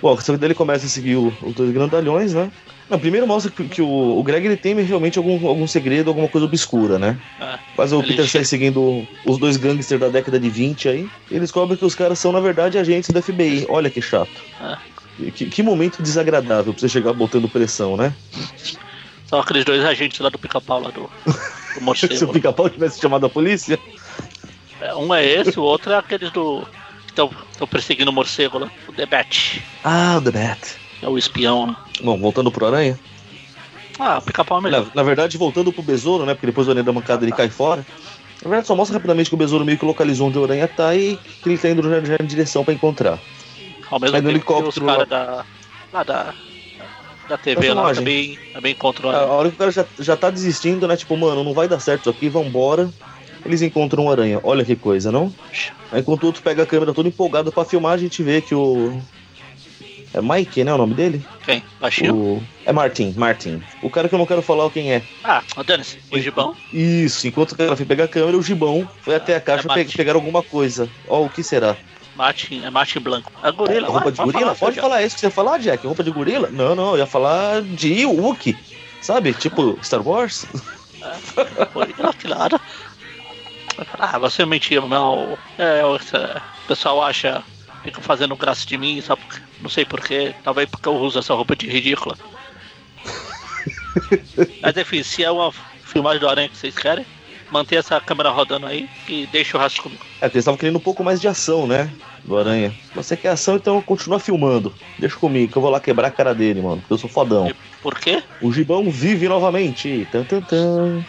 S4: Bom, só que daí ele começa a seguir o- os dois grandalhões, né? Não, primeiro mostra que, que o, o Greg ele teme realmente algum, algum segredo, alguma coisa obscura, né?
S2: É.
S4: Mas o
S2: Ele
S4: Peter sai
S2: chega-
S4: seguindo os dois gangsters da década de 20 aí. E descobre que os caras são, na verdade, agentes da FBI. Olha que chato.
S2: Ah.
S4: E Que, que momento desagradável pra você chegar botando pressão, né?
S2: São aqueles dois agentes lá do pica-pau lá do, do
S4: Se o
S2: morcego. né?
S4: pica-pau tivesse chamado a polícia.
S2: É, um é esse, o outro é aqueles do. que estão perseguindo o morcego lá. O Debete.
S4: Ah, The Bat.
S2: É o espião lá.
S4: Bom, voltando pro Aranha.
S2: Ah, o pica-pau é melhor.
S4: Na, na verdade, voltando pro Besouro, né? Porque depois o Aranha da mancada ele cai fora. Na verdade, só mostra rapidamente que o Besouro meio que localizou onde o Aranha tá e que ele tá indo já, já em direção pra encontrar.
S2: Ao mesmo
S4: Mas no
S2: tempo que os
S4: helicóptero lá-
S2: caras da. lá da. da TV
S4: Da
S2: lá
S4: filmagem.
S2: também, também né? encontram
S4: É, A, a
S2: ela.
S4: hora que o cara já, já tá desistindo, né? Tipo, mano, não vai dar certo isso aqui, vambora. Eles encontram um aranha. Olha que coisa, não? Aí enquanto o outro pega a câmera todo empolgado pra filmar, a gente vê que o. É Mike, né? O nome dele?
S2: Quem? Baixinho?
S4: O... É Martin, Martin. O cara que eu não quero falar quem é.
S2: Ah, dane-se. O Gibão?
S4: Isso, enquanto o cara foi pegar a câmera, o gibão foi até a caixa
S2: é
S4: pe-
S2: Martin.
S4: pegar alguma coisa. Ó, o que será?
S2: Martin, é Martin Blanco. É gorila.
S4: É roupa
S2: vai,
S4: de
S2: vai
S4: gorila?
S2: falar,
S4: Pode
S2: seu
S4: falar isso que você ia falar, Jack? Roupa de gorila? Não, não, eu ia falar de Wookie. Sabe? Tipo, Star Wars?
S2: Gorila, que nada. Vai falar, Ah, você mentiu, não. É, eu- essa- o pessoal acha. Fica fazendo graça de mim, só porque, não sei porquê. Talvez porque eu uso essa roupa de ridícula. Mas enfim, se é uma filmagem do Aranha que vocês querem, mantenha essa câmera rodando aí e deixa o rastro comigo.
S4: É, porque eles estavam querendo um pouco mais de ação, né? Do Aranha. Você quer ação, então continua filmando. Deixa comigo, que eu vou lá quebrar a cara dele, mano. Porque eu sou fodão.
S2: Por quê?
S4: O Gibão vive novamente. Tan, tan, tan.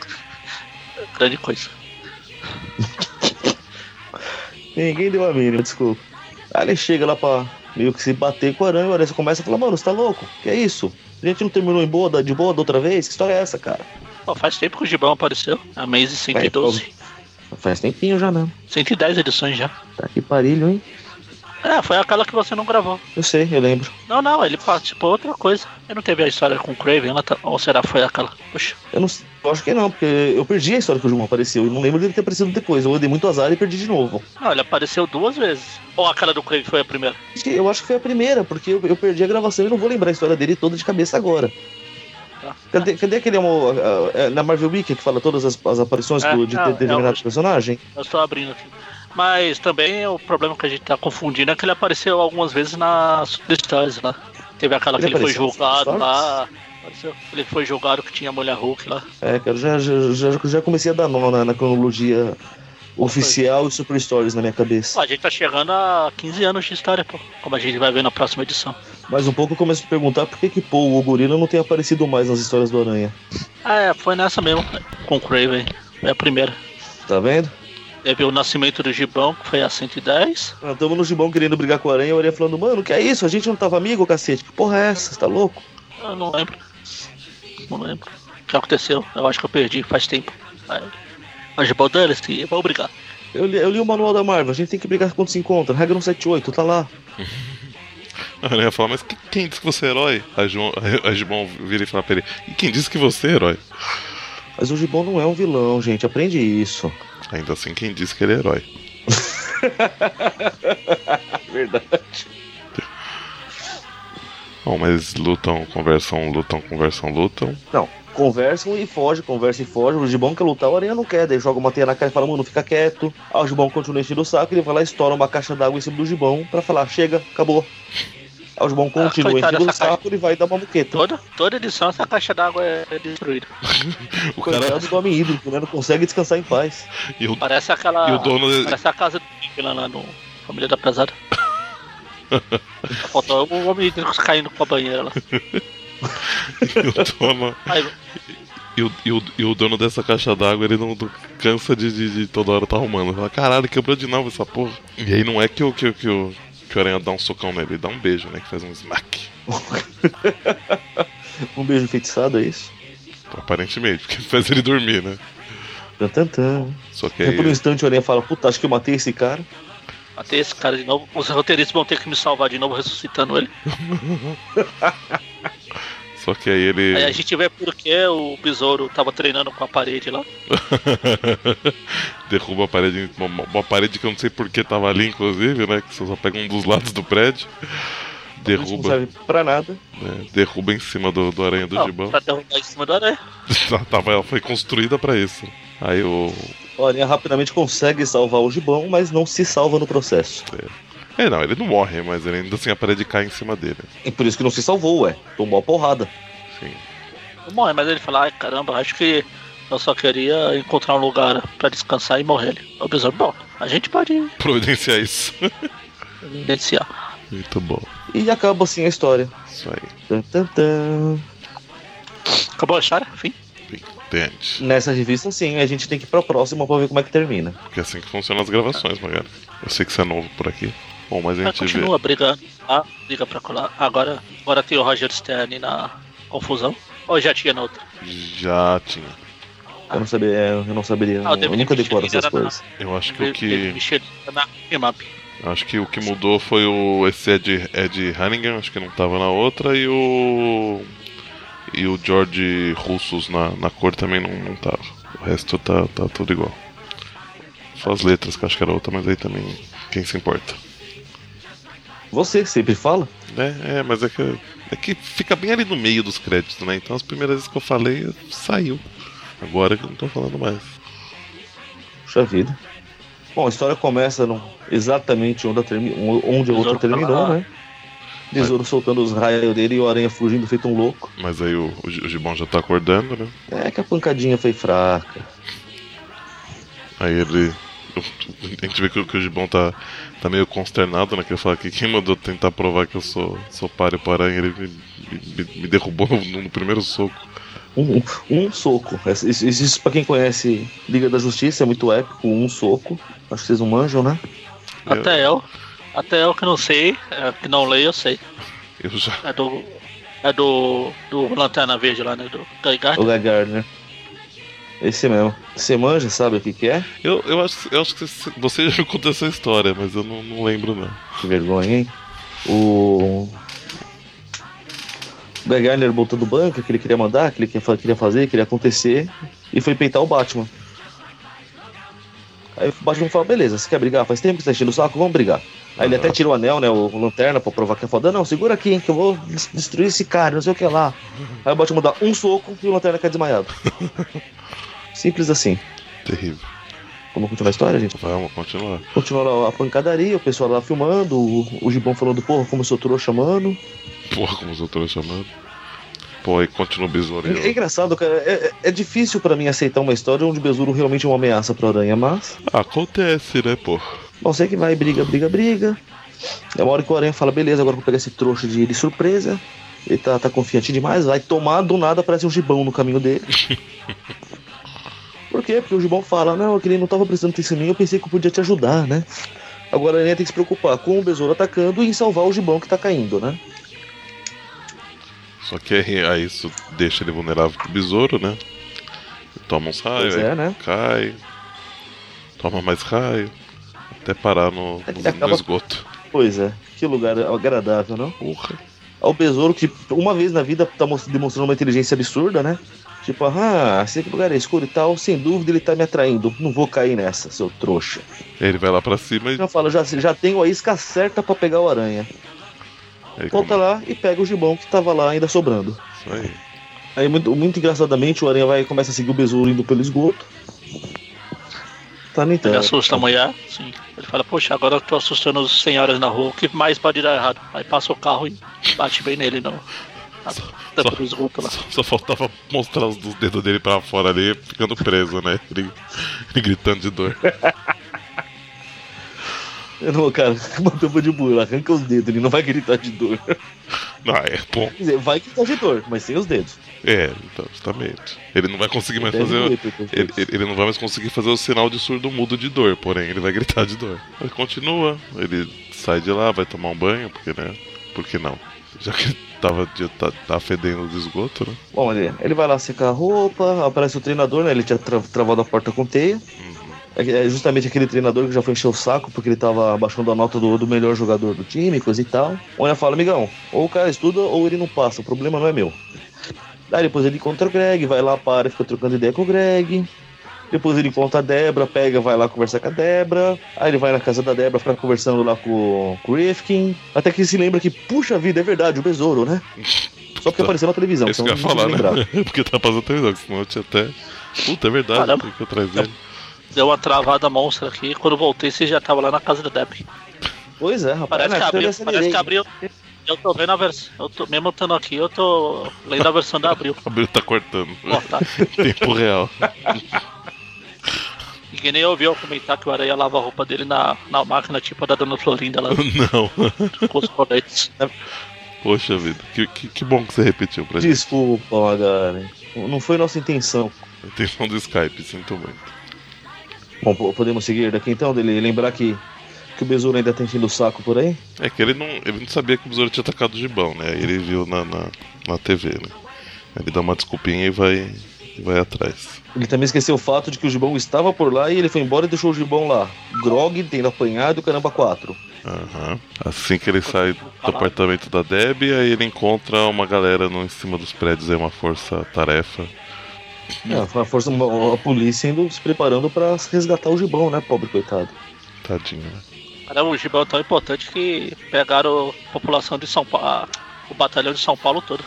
S2: Grande coisa.
S4: Ninguém deu a mínima, desculpa. Aí ele chega lá pra meio que se bater com o Aranha. O Aranha começa a falar, mano, você tá louco? Que é isso? A gente não terminou em boa, da- de boa da outra vez? Que história é essa, cara?
S2: Pô, faz tempo que o Gibão apareceu. A Maze
S4: Vai,
S2: 112.
S4: Faz tempinho já mesmo.
S2: 110 edições já.
S4: Tá que parilho, hein?
S2: É, foi aquela que você não gravou.
S4: Eu sei, eu lembro.
S2: Não, não, ele participou outra coisa. Ele não teve a história com o Craven, ela tá- ou será foi aquela? Poxa,
S4: Eu não sei- eu acho que não, porque eu perdi a história que o Gibão apareceu. Eu não lembro dele ter aparecido depois. Eu dei muito azar e perdi de novo.
S2: não, Ah, ele apareceu duas vezes. Ou aquela do Craven foi a primeira?
S4: Acho que- Eu acho que foi a primeira, porque eu, eu perdi a gravação e não vou lembrar a história dele toda de cabeça agora.
S2: Tá.
S4: Cadê, cadê aquele amor, ah, é, na Marvel Week que fala todas as, as aparições
S2: É,
S4: do- de,
S2: é,
S4: de-
S2: é
S4: determinado
S2: o-
S4: personagem?
S2: Eu estou abrindo aqui. Mas também o problema que a gente tá confundindo é que ele apareceu algumas vezes na Superstars lá. Teve aquela que
S4: Ele
S2: ele foi
S4: apareceu na
S2: julgado
S4: Superstars?
S2: lá. apareceu. Ele foi julgado que tinha a mulher Hulk lá.
S4: É, cara, eu já, já, já, já comecei a dar nó na, na cronologia oficial e Super Stories na minha
S2: Pô,
S4: cabeça.
S2: a gente tá chegando a 15 anos de história, pô. Como a gente vai ver na próxima edição.
S4: Mas um pouco eu começo a perguntar por que que Paul, o gorila, não tem aparecido mais nas histórias do Aranha.
S2: Ah, é, foi nessa mesmo, com o Craven. Foi a primeira.
S4: Tá vendo?
S2: Teve o nascimento do Gibão, que foi a 110.
S4: Nós Ah, Tamo no gibão querendo brigar com o Aranha e o Aranha falando, mano, que é isso? A gente não tava amigo, cacete? Que porra é essa? Você tá louco?
S2: Eu não lembro. Não lembro. O que aconteceu? Eu acho que eu perdi faz tempo. Aí, Mas Baldanes, vou brigar.
S4: Eu li, eu li o manual da Marvel, a gente tem que brigar quando se encontra. Regra 178, tá lá.
S3: Ele ia falar, mas que- quem disse que você é herói? Aí João- Aí o Gibão vira e fala pra ele, e quem disse que você é herói?
S4: Mas o Gibão não é um vilão, gente. Aprende isso.
S3: Ainda assim, quem disse que ele é herói?
S4: Verdade.
S3: Bom, mas lutam, conversam, lutam, conversam, lutam.
S4: Não. Conversam e foge, conversa e foge. O Gibão quer lutar, o Aranha não quer. Daí joga uma teia na cara e fala, mano, fica quieto. Aí o Gibão continua enchendo o saco, ele vai lá e estoura uma caixa d'água em cima do Gibão pra falar, chega, acabou. Aí o Gibão continua
S2: coitado
S4: enchendo o
S2: dessa
S4: saco, ele vai dar uma muqueta.
S2: Toda, toda edição essa caixa d'água é destruída.
S3: O cara,
S4: Coitado do homem hídrico, né? Não consegue descansar em paz.
S3: e o,
S2: Parece aquela.
S3: E o dono-
S2: Parece a casa do Nick lá, lá no Família da Pesada. Faltou o homem hídrico caindo com a banheira lá.
S3: e o dono,
S2: Aí,
S3: e o, e o, e o dono dessa caixa d'água, ele não, não cansa de, de- de toda hora tá arrumando. Ele fala, caralho, quebrou de novo essa porra. E aí não é que o, que, o- que o, que que o Aranha dá um socão nele, ele dá um beijo, né? Que faz um smack.
S4: um beijo feitiçado, é isso?
S3: Aparentemente, porque faz ele dormir, né?
S4: Tan, tan, tan.
S3: Só que aí.
S4: Aí por um instante o Aranha fala, puta, acho que eu matei esse cara.
S2: Matei esse cara de novo. Os roteiristas vão ter que me salvar de novo, ressuscitando ele.
S3: Só que aí ele.
S2: Aí a gente vê por que o besouro tava treinando com a parede lá.
S3: Derruba a parede, uma, uma parede que eu não sei por que tava ali, inclusive, né? Que você só pega um dos lados do prédio.
S4: A gente não
S3: Derruba,
S4: serve pra nada.
S3: né, derruba em cima do, do aranha do
S2: Não, tá.
S3: gibão. Tá,
S2: pra derrubar em cima do aranha.
S3: Tava, ela foi construída pra isso. Aí o.
S4: O Aranha rapidamente consegue salvar o Gibão, mas não se salva no processo.
S3: É, não, ele não morre, mas ele ainda assim a parede cai em cima dele.
S4: E por isso que não se salvou, ué. Tomou a porrada.
S3: Sim.
S2: Não morre, mas ele fala, ai caramba, acho que eu só queria encontrar um lugar pra descansar e morrer ele. O besouro, bom, a gente pode
S3: Providenciar isso.
S2: iniciar.
S3: Muito bom.
S4: E acaba assim a história.
S3: Isso aí.
S4: Tan, tan, tan.
S2: Acabou a história? Fim.
S3: Entende?
S4: Nessa revista, sim, a gente tem que ir pra próxima pra ver como é que termina.
S3: Porque é assim que funcionam as gravações, Magari. Eu sei que você é novo por aqui. Bom, mas a
S2: Mas
S3: gente vê.
S2: continua brigando. Ah, briga pra colar. Agora, agora tem o Roger Stern na confusão. Ou já tinha na outra?
S3: Já tinha.
S4: Eu não sabia, é, eu não saberia.
S2: Ah, o
S4: eu
S2: David
S4: nunca decoro
S2: Fincher
S4: essas
S2: era
S4: coisas.
S3: Eu acho que o
S2: Ele-
S3: que.
S2: ele mexeu na Map.
S3: Acho que o que mudou foi o esse Ed, Ed Hannigan, acho que não tava na outra, e o. E o George Russos na, na cor também não, não tava. O resto tá, tá tudo igual. Só as letras que eu acho que era outra, mas aí também quem se importa.
S4: Você sempre fala?
S3: É, é mas é que, é que fica bem ali no meio dos créditos, né? Então as primeiras vezes que eu falei, saiu. Agora que eu não tô falando mais.
S4: Puxa vida. Bom, a história começa no- exatamente onde a, termi- um, onde a outra
S2: Besouro pra
S4: terminou,
S2: tá lá.
S4: né? Besouro soltando os raios dele e o aranha fugindo feito um louco.
S3: Mas aí o, o, Gi- o Gibão já tá acordando, né?
S4: É que a pancadinha foi fraca.
S3: Aí ele. A gente vê que, o- que o Gibão tá, tá meio consternado, né? Que ele fala que quem mandou tentar provar que eu sou, sou páreo para aranha, ele me, me- me derrubou no, no primeiro soco.
S4: Um, um soco. Essa- Isso, isso, isso pra quem conhece Liga da Justiça é muito épico, um soco. Acho que vocês não manjam, né?
S3: Eu-
S2: Até eu. Até eu que não sei, é, que não leio, eu sei.
S3: Eu já.
S2: É do. É do. do Lanterna Verde lá, né? Do Guy
S4: O
S2: Gardner.
S4: Guy Gardner. Esse mesmo. Você manja, sabe o que, que é?
S3: Eu, eu, acho, eu acho que você- você já me contou essa história, mas eu não, não lembro, não.
S4: Que vergonha, hein? O. O Guy Gardner botou do banco que ele queria mandar, que ele queria fa- queria fazer, que queria acontecer, e foi peitar o Batman. Aí o Batman fala: beleza, você quer brigar? Faz tempo que você tá enchendo o saco, vamos brigar. Aí ele
S3: Aham.
S4: até tira o anel, né? O lanterna pra provar que é foda. Não, segura aqui, que eu vou des- destruir esse cara, não sei o que lá. Aí o Batman dá um soco e o lanterna cai desmaiado. Simples assim.
S3: Terrível.
S4: Vamos continuar a história, gente?
S3: Vamos continuar.
S4: Continuando a pancadaria, o pessoal lá filmando, o, o Gibão falando, porra, como eu sou trouxa, mano.
S3: Porra, como os outros chamando. Pô, aí continua o besouro.
S4: É, é
S3: aí, ó.
S4: engraçado, cara. É, é- é difícil pra mim aceitar uma história onde o besouro realmente é uma ameaça pra aranha, mas.
S3: Acontece, né, pô?
S4: Bom, sei que vai, briga, briga, briga. É uma hora que o aranha fala, beleza, agora eu vou pegar esse trouxa de, de surpresa. Ele tá, tá confiante demais, vai tomar, do nada aparece um gibão no caminho dele. Por quê? Porque o gibão fala, não, aquele não tava prestando atenção em mim, eu pensei que eu podia te ajudar, né? Agora a aranha tem que se preocupar com o besouro atacando e em salvar o gibão que tá caindo, né?
S3: Só que aí, aí isso deixa ele vulnerável pro besouro, né? Toma uns raios,
S4: Pois
S3: aí
S4: é, né?
S3: cai, toma mais raio, até parar no,
S4: É que
S3: no-
S4: ele acaba-
S3: no esgoto.
S4: Pois é, que lugar agradável, não?
S3: Porra.
S4: Ao besouro que uma vez na vida tá mos- demonstrando uma inteligência absurda, né? Tipo, ah, esse lugar é escuro e tal, sem dúvida ele tá me atraindo. Não vou cair nessa, seu trouxa.
S3: Ele vai lá pra cima e
S4: Já fala, já, já tenho a isca certa pra pegar o aranha.
S3: aí
S4: Volta
S3: começa
S4: lá e pega o gibão que tava lá ainda sobrando.
S3: isso aí.
S4: Aí muito, muito engraçadamente o aranha vai começa a seguir o besouro indo pelo esgoto. Tá nem
S2: Ele
S4: tanto.
S2: assusta a mulher, sim. Ele fala, poxa, agora eu tô assustando as senhoras na rua, o que mais pode dar errado? Aí passa o carro e bate bem nele, não. Na tampa do esgoto lá.
S3: Só, só faltava mostrar os, os dedos dele pra fora ali, ficando preso, né? Ele, ele gritando de dor.
S4: Não, cara, uma tampa de bula, arranca os dedos, ele não vai gritar de dor.
S3: Não, é bom.
S4: Quer dizer, vai gritar de dor, mas sem os dedos.
S3: É, então, justamente. Ele não vai conseguir mais
S4: Deve
S3: fazer. o-
S4: doer, porque os
S3: Ele,
S4: dedos.
S3: ele- ele não vai mais conseguir fazer o sinal de surdo mudo de dor, porém ele vai gritar de dor. Ele continua, ele sai de lá, vai tomar um banho, porque né? Por que não? Já que tava, já tá, tá fedendo de esgoto, né?
S4: Bom, ele, ele vai lá secar a roupa, aparece o treinador, né? Ele tinha tra- travado a porta com teia. É que- É justamente aquele treinador que já foi encher o saco porque ele tava abaixando a nota do, do melhor jogador do time, coisa e tal. Olha fala, amigão, ou o cara estuda ou ele não passa, o problema não é meu. Daí depois ele encontra o Greg, vai lá, para, fica trocando ideia com o Greg. Depois ele encontra a Debra, pega, vai lá conversar com a Debra. Aí ele vai na casa da Debra, fica conversando lá com, com o Rifkin. Até que ele se lembra que, puxa vida, é verdade, o besouro, né? Só porque
S3: Puta.
S4: apareceu na televisão.
S3: É isso que eu ia
S4: não tinha
S3: falar,
S4: lembrado.
S3: né? porque tá passando televisão, senão eu tinha até. Puta, é verdade,
S2: Caramba.
S3: tem que ir atrás dele.
S2: Deu uma travada monstra aqui. Quando voltei, você já tava lá na casa do Depp.
S4: Pois é, rapaz.
S2: Parece
S4: né?
S2: que
S4: Eu
S2: abriu. Parece
S4: acelerei.
S2: que abriu. Eu tô vendo a versão. Mesmo estando aqui, eu tô lendo a versão da Abril.
S3: Abriu tá cortando.
S2: Ó, tá.
S3: Tempo real.
S2: Ninguém nem ouviu eu comentar que o Aranha lava a roupa dele na, na máquina, tipo a da Dona Florinda lá
S3: Não.
S2: com os coletes.
S3: Poxa vida. Que, que, que bom que você repetiu pra gente.
S4: Desculpa, Magari. Não foi nossa intenção.
S3: Atenção do Skype, sinto muito.
S4: Bom, po- podemos seguir daqui então, dele lembrar que, que o Besouro ainda tá enchendo o saco por aí?
S3: É que ele não, ele não sabia que o besouro tinha atacado o gibão, né? Aí ele viu na, na, na TV, né? Ele dá uma desculpinha e vai, e vai atrás.
S4: Ele também esqueceu o fato de que o Gibão estava por lá e ele foi embora e deixou o Gibão lá. Grog tendo apanhado o caramba 4.
S3: Aham. Assim que ele sai do apartamento da Deb, aí ele encontra uma galera no, em cima dos prédios, é uma força-tarefa.
S4: É, foi a força, uma- a polícia indo se preparando pra resgatar o Gibão, né, pobre coitado.
S3: Tadinho, né?
S2: Caramba, o Gibão é tão importante que pegaram a população de São Paulo. O batalhão de São Paulo todo.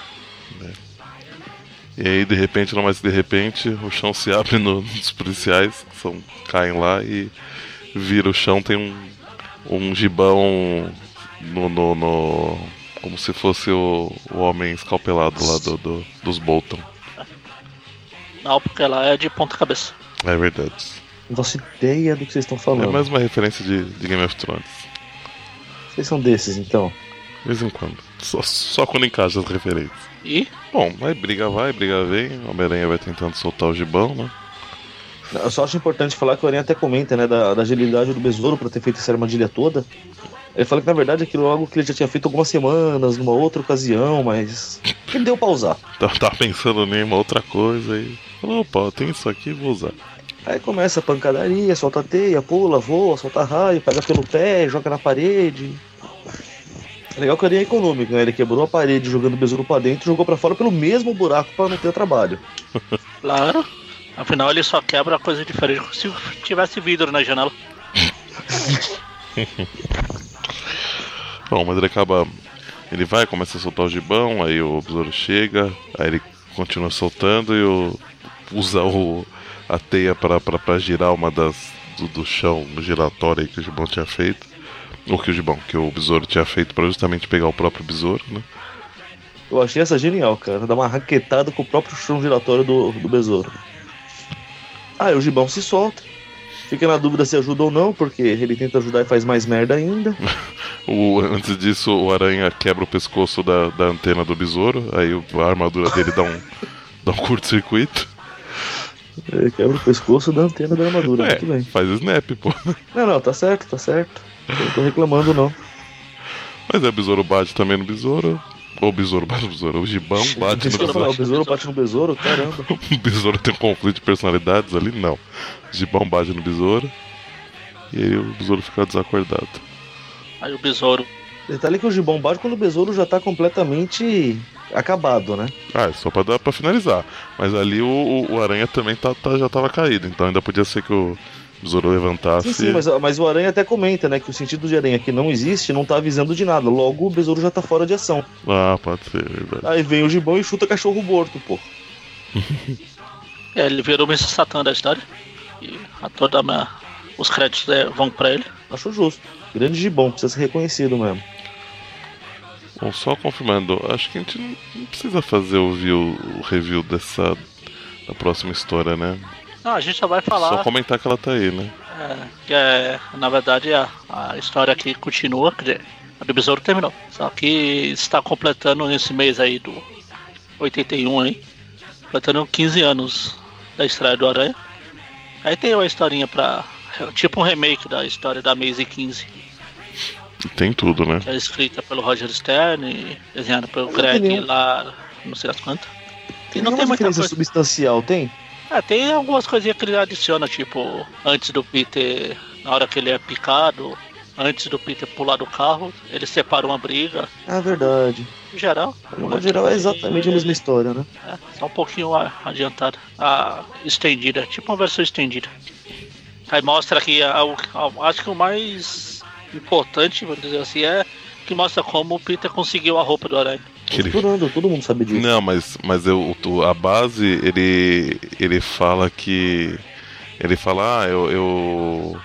S3: E aí, de repente, não mais de repente, o chão se abre no- nos policiais, que são, caem lá e vira o chão, tem um, um gibão no, no, no- como se fosse o, o homem escalpelado lá do, do- dos Bolton.
S2: Não, porque ela é de ponta cabeça.
S3: É verdade.
S4: Não faço ideia do que vocês estão
S3: É
S4: falando.
S3: mais uma referência de, de Game of Thrones.
S4: Vocês são desses, então.
S3: De vez em quando. Só, só quando encaixa as referências.
S2: E
S3: Bom, aí briga vai, briga vem, o Homem-Aranha vai tentando soltar o gibão, né?
S4: Eu só acho importante falar que o Aranha até comenta, né, da, da agilidade do besouro pra ter feito essa armadilha toda. Ele fala que na verdade aquilo é algo que ele já tinha feito algumas semanas, numa outra ocasião, mas. Ele deu pra usar.
S3: Tava tava Tá, pensando em uma outra coisa e. falou, Opa, tem isso aqui, vou usar.
S4: Aí começa a pancadaria, solta a teia, pula, voa, solta raio, pega pelo pé, joga na parede. É legal que o Aranha é econômico, né? Ele quebrou a parede jogando o besouro pra dentro e jogou pra fora pelo mesmo buraco pra não ter trabalho.
S2: claro, afinal ele só quebra coisa diferente como se tivesse vidro na janela.
S3: Bom, mas ele acaba. Ele vai, começa a soltar o gibão, aí o besouro chega, aí ele continua soltando e o, usa o, a teia pra, pra, pra girar uma das. do, do chão giratório aí que o gibão tinha feito. Ou que o gibão, que o besouro tinha feito pra justamente pegar o próprio besouro, né?
S4: Eu achei essa genial, cara. Dar uma raquetada com o próprio chão giratório do, do besouro. Aí o gibão se solta. Fica na dúvida se ajuda ou não, porque ele tenta ajudar e faz mais merda ainda.
S3: O, antes disso, o aranha quebra o pescoço da, da antena do besouro, aí o- a armadura dele dá um, dá um curto-circuito.
S4: Ele quebra o pescoço da antena da armadura,
S3: É,
S4: muito bem.
S3: faz snap, pô.
S4: Não, não, tá certo, tá certo. Não tô reclamando, não.
S3: Mas é, o besouro bate também no besouro. Ou o besouro bate no besouro, o gibão bate no
S4: Isso que eu ia falar,
S3: besouro.
S4: o besouro bate no besouro, caramba.
S3: O besouro tem um conflito de personalidades ali? Não. O gibão bate no besouro. E aí o besouro fica desacordado.
S2: Aí o besouro
S4: Detalhe que o gibão bate quando o besouro já tá completamente acabado, né?
S3: Ah, é só pra, dar, pra finalizar. Mas ali o, o- o aranha também tá, tá- já tava caído, então ainda podia ser que o besouro levantasse.
S4: Sim, sim, mas, mas o aranha até comenta, né, que o sentido de aranha que não existe não tá avisando de nada. Logo, o besouro já tá fora de ação.
S3: Ah, pode ser, é verdade.
S4: Aí vem o gibão e chuta cachorro morto, pô.
S2: É, ele virou o Mr. Satan da história. E a toda a minha- os créditos é, vão pra ele.
S4: Acho justo. Grande gibão, precisa ser reconhecido mesmo.
S3: Bom, só confirmando, acho que a gente não, não precisa fazer o, view, o review dessa da próxima história, né?
S2: Não, Ah, a gente só vai falar
S3: Só comentar que ela tá aí, né?
S2: é, que é, na verdade a, a história aqui continua, quer dizer, a do Besouro terminou. Só que está completando nesse mês aí do 81 aí. Completando 15 anos da estreia do Aranha. Aí tem uma historinha pra. Tipo um remake da história da Maze 15.
S3: Tem tudo, né?
S2: que é escrita pelo Roger Stern e desenhada pelo
S4: Mas não tem
S2: Greg
S4: nenhum-
S2: lá, não sei as quantas. E não
S4: nenhuma
S2: tem muita
S4: diferença
S2: coisa.
S4: substancial, tem?
S2: Ah, tem algumas coisinhas que ele adiciona, tipo, antes do Peter, na hora que ele é picado, antes do Peter pular do carro, ele separa uma briga.
S4: Ah, verdade.
S2: Em geral,
S4: No modo geral é exatamente a mesma história, né?
S2: é, só um pouquinho a- adiantada. A estendida, tipo uma versão estendida. Aí mostra que a- a- acho que o mais importante, vamos dizer assim, é que mostra como o Peter conseguiu a roupa do Aranha.
S3: Que ele-
S4: Todo, todo mundo sabe disso.
S3: Não, mas, mas eu, tu- a base, ele, ele fala que. Ele fala, ah, eu. Eu,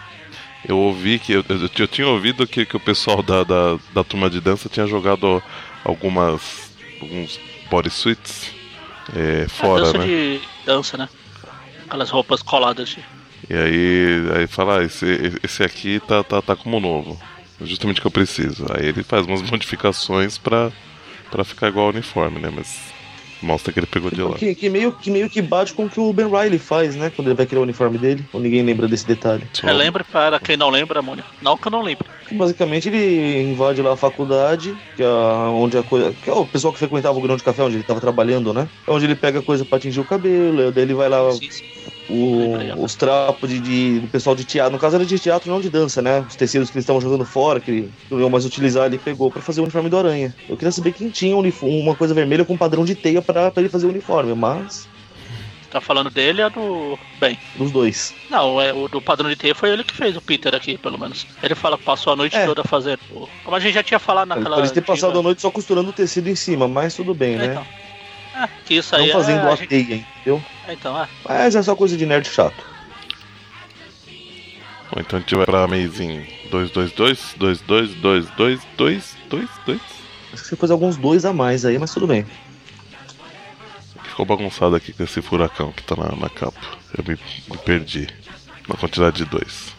S3: eu ouvi que. Eu, eu- eu tinha ouvido que, que o pessoal da, da, da turma de dança tinha jogado algumas. alguns bodysuits é,
S2: é,
S3: fora,
S2: dança
S3: né?
S2: de dança, né? Aquelas roupas coladas. de-
S3: E aí, aí fala, ah, esse, esse aqui tá, tá, tá como novo. Justamente o que eu preciso. Aí ele faz umas modificações pra, pra ficar igual ao uniforme, né? Mas mostra que ele pegou de lá.
S4: Que, que meio, que meio que bate com o que o Ben Riley faz, né? Quando ele vai criar o uniforme dele. Ou ninguém lembra desse detalhe.
S3: Só-
S2: Relembra para quem não lembra, Mônica. Não que eu não lembre.
S4: Basicamente ele invade lá a faculdade, que é onde a coisa. Que é o pessoal que frequentava o grão de café, onde ele tava trabalhando, né? É onde ele pega a coisa pra atingir o cabelo, daí ele vai lá
S2: Sim, sim.
S4: o- os trapos de, de- do pessoal de teatro. No caso era de teatro, não de dança, né? Os tecidos que eles estavam jogando fora, que não iam mais utilizar, ele pegou pra fazer o uniforme do Aranha. Eu queria saber quem tinha um unifo- uma coisa vermelha com um padrão de teia pra, pra ele fazer o uniforme, mas.
S2: Tá falando dele é do. Bem.
S4: Dos dois.
S2: Não, é, o do padrão de teia foi ele que fez o Peter aqui, pelo menos. Ele fala que passou a noite
S4: É.
S2: toda fazendo. Como a gente já tinha falado
S4: Ele
S2: naquela.
S4: Pode ter
S2: antiga-
S4: passado a noite só costurando o tecido em cima, mas tudo bem,
S2: É,
S4: né?
S2: então. Ah, que isso aí
S4: Não
S2: é.
S4: fazendo
S2: a
S4: a
S2: gente-
S4: teia, entendeu?
S2: é, Então, é.
S4: Mas é só coisa de nerd chato.
S3: Bom, então a gente vai pra Amazing 222, 22, 2, 2, 2, 2, 2.
S4: Acho que você pôs alguns dois a mais aí, mas tudo bem.
S3: Ficou bagunçado aqui com esse furacão que tá na, na capa. Eu me, me perdi na quantidade de dois.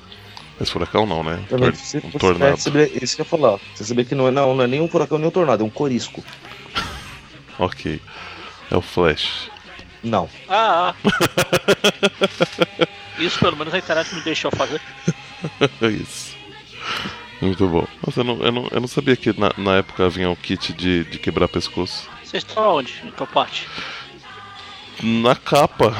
S3: Mas furacão não, né?
S4: Também,
S3: Tor-
S4: você,
S3: um
S4: você
S3: tornado.
S4: percebe- isso que eu ia falar. Você saber que não é, não, não é nem um furacão nem um tornado, é um corisco.
S3: Ok. É o Flash.
S4: Não.
S2: Ah, ah. Isso pelo menos a internet me deixou fazer.
S3: É isso. Muito bom. Nossa, eu não, eu não, eu não sabia que na, na época vinha o kit de, de quebrar pescoço.
S2: Vocês estão aonde? Em qual parte?
S3: Na capa.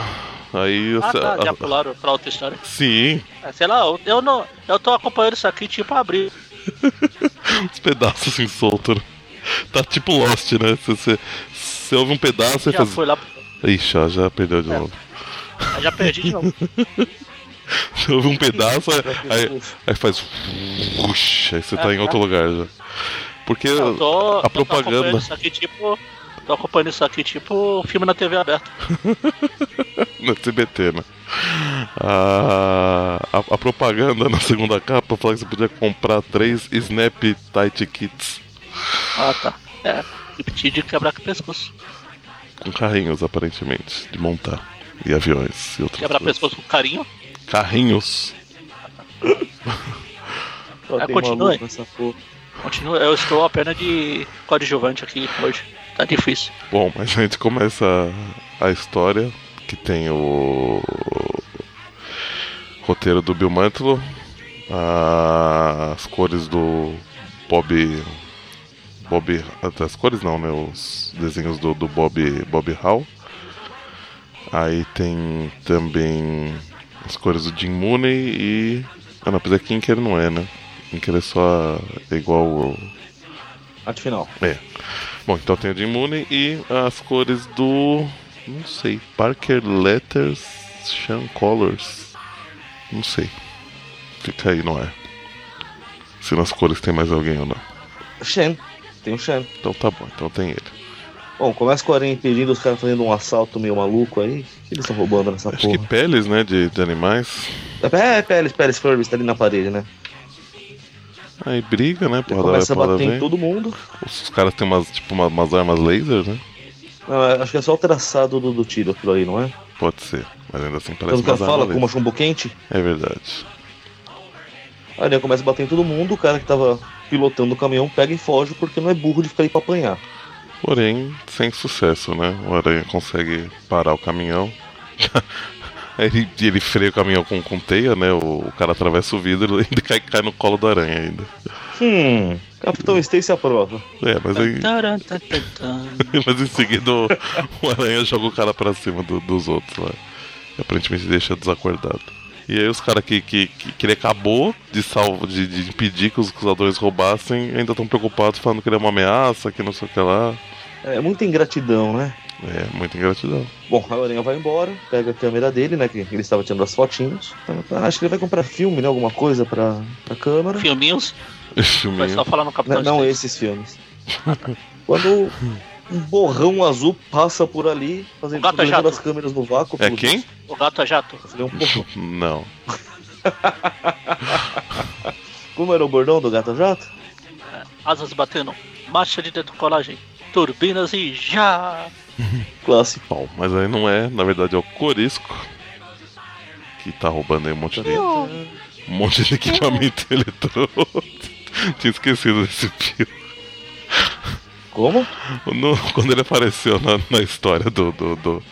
S3: Aí
S2: Ah,
S3: você-
S2: tá, já
S3: a-
S2: pularam pra outra história.
S3: Sim,
S2: Ah, Sei lá, eu, eu não. Eu tô acompanhando isso aqui tipo abrir.
S3: uns pedaços assim soltos. né? Tá tipo Lost, né? Você, você, você ouve um pedaço e
S2: Já
S3: faz.
S2: fui lá.
S3: Ixi, ó, já perdeu de
S2: É.
S3: novo.
S2: Já perdi de novo.
S3: Você ouve um pedaço, aí, aí, aí faz. Puxa, aí você tá
S2: É,
S3: em outro lugar já. Porque.
S2: Eu tô,
S3: a
S2: eu tô
S3: propaganda.
S2: acompanhando isso aqui tipo. Tô acompanhando isso aqui tipo filme na TV aberta.
S3: No SBT, né? A, a, a propaganda na segunda capa falava que você podia comprar três Snap Tight Kits
S2: Ah tá. É. Repetir de quebrar com o pescoço.
S3: com carrinhos, aparentemente, de montar. E aviões e outras
S2: Quebrar
S3: coisas.
S2: pescoço com carinho.
S3: Carrinhos.
S4: Só
S2: Ah,
S4: tem
S2: continua
S4: maluco
S2: aí.
S4: nessa porra.
S2: Continua. Eu estou apenas de coadjuvante aqui hoje. Tá difícil.
S3: Bom, mas a gente começa a, a história que tem o roteiro do Bill Mantlo, a- as cores do Bob. Bob. As cores não, né? Os desenhos do, do Bob, Bob Hall. Aí tem também as cores do Jim Mooney e. Ah, não, apesar que Inker não é, né? Inker é só é igual o-
S4: Arte final.
S3: é. Bom, então tem o Jim Mooney e as cores do. Não sei. Parker Letters Sean Colors. Não sei. Fica aí, não é? Se nas cores tem mais alguém ou não.
S4: Shen. Tem o Shen.
S3: Então tá bom, então tem ele.
S4: Bom, começa com o Aranha impedindo os caras fazendo um assalto meio maluco aí. O que eles estão roubando nessa
S3: Acho
S4: porra?
S3: que peles, né? De, de animais.
S4: É, é Peles, Peles Furby, tá ali na parede, né?
S3: Aí briga, né?
S4: Ele
S3: Porra,
S4: começa a
S3: porra,
S4: bater em
S3: vem.
S4: todo mundo.
S3: Os caras têm umas, tipo, uma- umas armas laser, né?
S4: Ah, acho que é só o traçado do, do tiro aquilo aí, não é?
S3: Pode ser, mas ainda assim parece
S4: Tanto que
S3: umas armas
S4: ela fala com
S3: laser.
S4: uma chumbo quente.
S3: É verdade.
S4: A aranha começa a bater em todo mundo, o cara que tava pilotando o caminhão pega e foge porque não é burro de ficar aí pra apanhar.
S3: Porém, sem sucesso, né? O Aranha consegue parar o caminhão. ele, ele freia o caminhão com, com teia, né? O, o cara atravessa o vidro e ainda cai, cai no colo do aranha ainda.
S4: Hum, Capitão Stacy aprova.
S3: É, mas aí.
S2: Taran, tan, tan, tan.
S3: Mas em seguida o, o Aranha joga o cara pra cima do- dos outros lá. E aparentemente deixa desacordado. E aí os caras que, que, que, que ele acabou de, salvo, de, de impedir que os acusadores roubassem ainda estão preocupados falando que ele é uma ameaça, que não sei o que lá.
S4: É muita ingratidão, né?
S3: É, muita ingratidão.
S4: Bom, a Aranha vai embora, pega a câmera dele, né? Que ele estava tirando as fotinhas. Ah, Acho que ele vai comprar filme, né? Alguma coisa pra, pra câmera.
S2: Filminhos,
S3: Esse
S2: vai
S3: filminho.
S2: só falar no Capitão
S4: Não, não
S2: Stacy.
S4: esses filmes. Quando um borrão azul passa por ali, fazendo
S2: Gata
S4: levando
S2: jato.
S4: as câmeras no vácuo.
S3: É
S4: putz,
S3: quem?
S2: O gato a jato.
S4: eu Falei um borrão.
S3: Não.
S4: Como era o bordão do Gata Jato?
S2: Asas batendo. Marcha de decolagem. Turbinas e já.
S4: Clássico.
S3: Bom, mas aí não é, na verdade é o Corisco. Que tá roubando aí um monte de, um monte de equipamento eletrônico. Tinha esquecido desse filme.
S4: Como?
S3: No- quando ele apareceu na, na história do, do, do,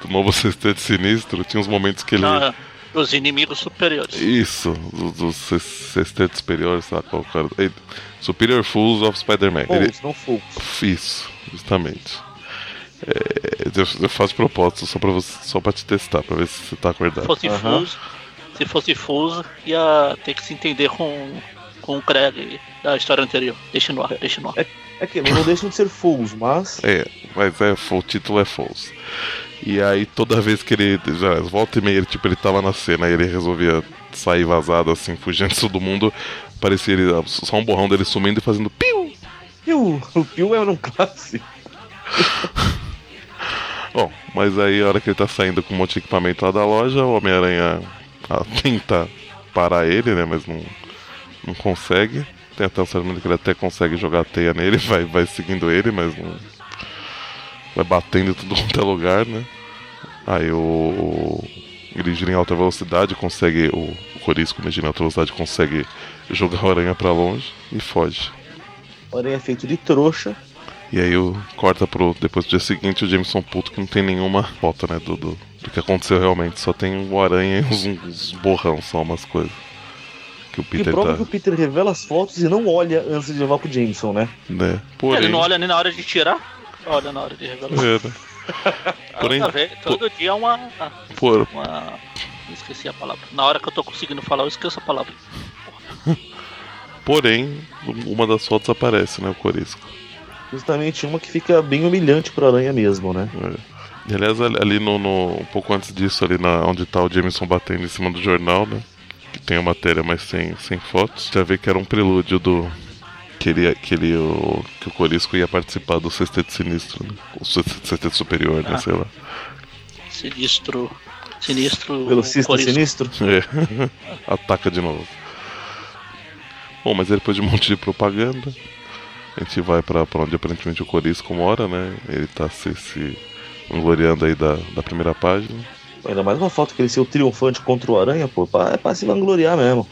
S3: do novo sextete sinistro, tinha uns momentos que ele.
S2: Ah, Dos inimigos superiores.
S3: Isso, dos do sexteto superior, sabe qual cara. ele- Superior Fools of Spider-Man. Ele-
S4: Fouls, não Fouls.
S3: Isso, justamente. É, eu, eu faço propósito só pra, você, só pra te testar, pra ver se você tá
S2: Se
S3: acordado.
S2: fosse
S4: Aham.
S2: fuso, se fosse fuso, ia ter que se entender com, com o Craig da história anterior. Deixa no ar, deixa no ar.
S4: É que não deixam de ser Fouls, mas.
S3: É, mas é, fo- o título é Falls. E aí toda vez que ele. já, Volta e meia, ele, tipo, ele tava na cena e ele resolvia sair vazado, assim, fugindo de todo mundo. Parecia ele, só um borrão dele sumindo e fazendo piu!
S4: E o, o Pio era um clássico.
S3: Bom, mas aí a hora que ele tá saindo com um monte de equipamento lá da loja, o Homem-Aranha ah, tenta parar ele, né? Mas não, não consegue. Tem até um certo momento que ele até consegue jogar a teia nele, vai, vai seguindo ele, mas não. Vai batendo em tudo quanto é lugar, né? Aí o. Ele gira em alta velocidade, consegue. O Corisco, como ele gira em alta velocidade, consegue jogar o aranha pra longe e foge.
S4: O Aranha é feito de trouxa.
S3: E aí o corta pro depois do dia seguinte o Jameson puto que não tem nenhuma foto, né, do, do, do que aconteceu realmente. Só tem o aranha e uns, uns borrão, só umas coisas. Que o
S4: Que
S3: Peter
S4: prova
S3: tá,
S4: que o Peter revela as fotos e não olha antes de levar pro Jameson, né?
S3: né?
S2: É, Ele
S3: Porém,
S2: não olha nem na hora de tirar. Olha na hora de revelar.
S3: é, né? Porém,
S2: Toda vez- todo dia é uma.
S3: por,
S2: uma... Esqueci a palavra. Na hora que eu tô conseguindo falar, eu esqueço a palavra.
S3: porém, uma das fotos aparece, né, o Corisco.
S4: Justamente uma que fica bem humilhante pro Aranha mesmo, né?
S3: É. Aliás, ali ali no, no- um pouco antes disso, ali na, onde tá o Jameson batendo em cima do jornal, né? Que tem a matéria, mas sem, sem fotos. Já vê que era um prelúdio do. Que, ele, que, ele, o, que o Corisco ia participar do Sexteto Sinistro, né? O Sexteto sexteto Superior, né?
S2: Ah.
S3: Sei lá.
S2: Sinistro. Sinistro.
S4: Pelo Cista
S2: Corisco.
S4: Sinistro.
S3: É. Ataca de novo. Bom, mas aí depois de um monte de propaganda, a gente vai pra, pra onde aparentemente o Corisco mora, né? Ele tá se, se vangloriando aí da, da primeira página.
S4: Ainda mais uma foto que ele saiu triunfante contra o Aranha, pô. pá, É pra se vangloriar mesmo.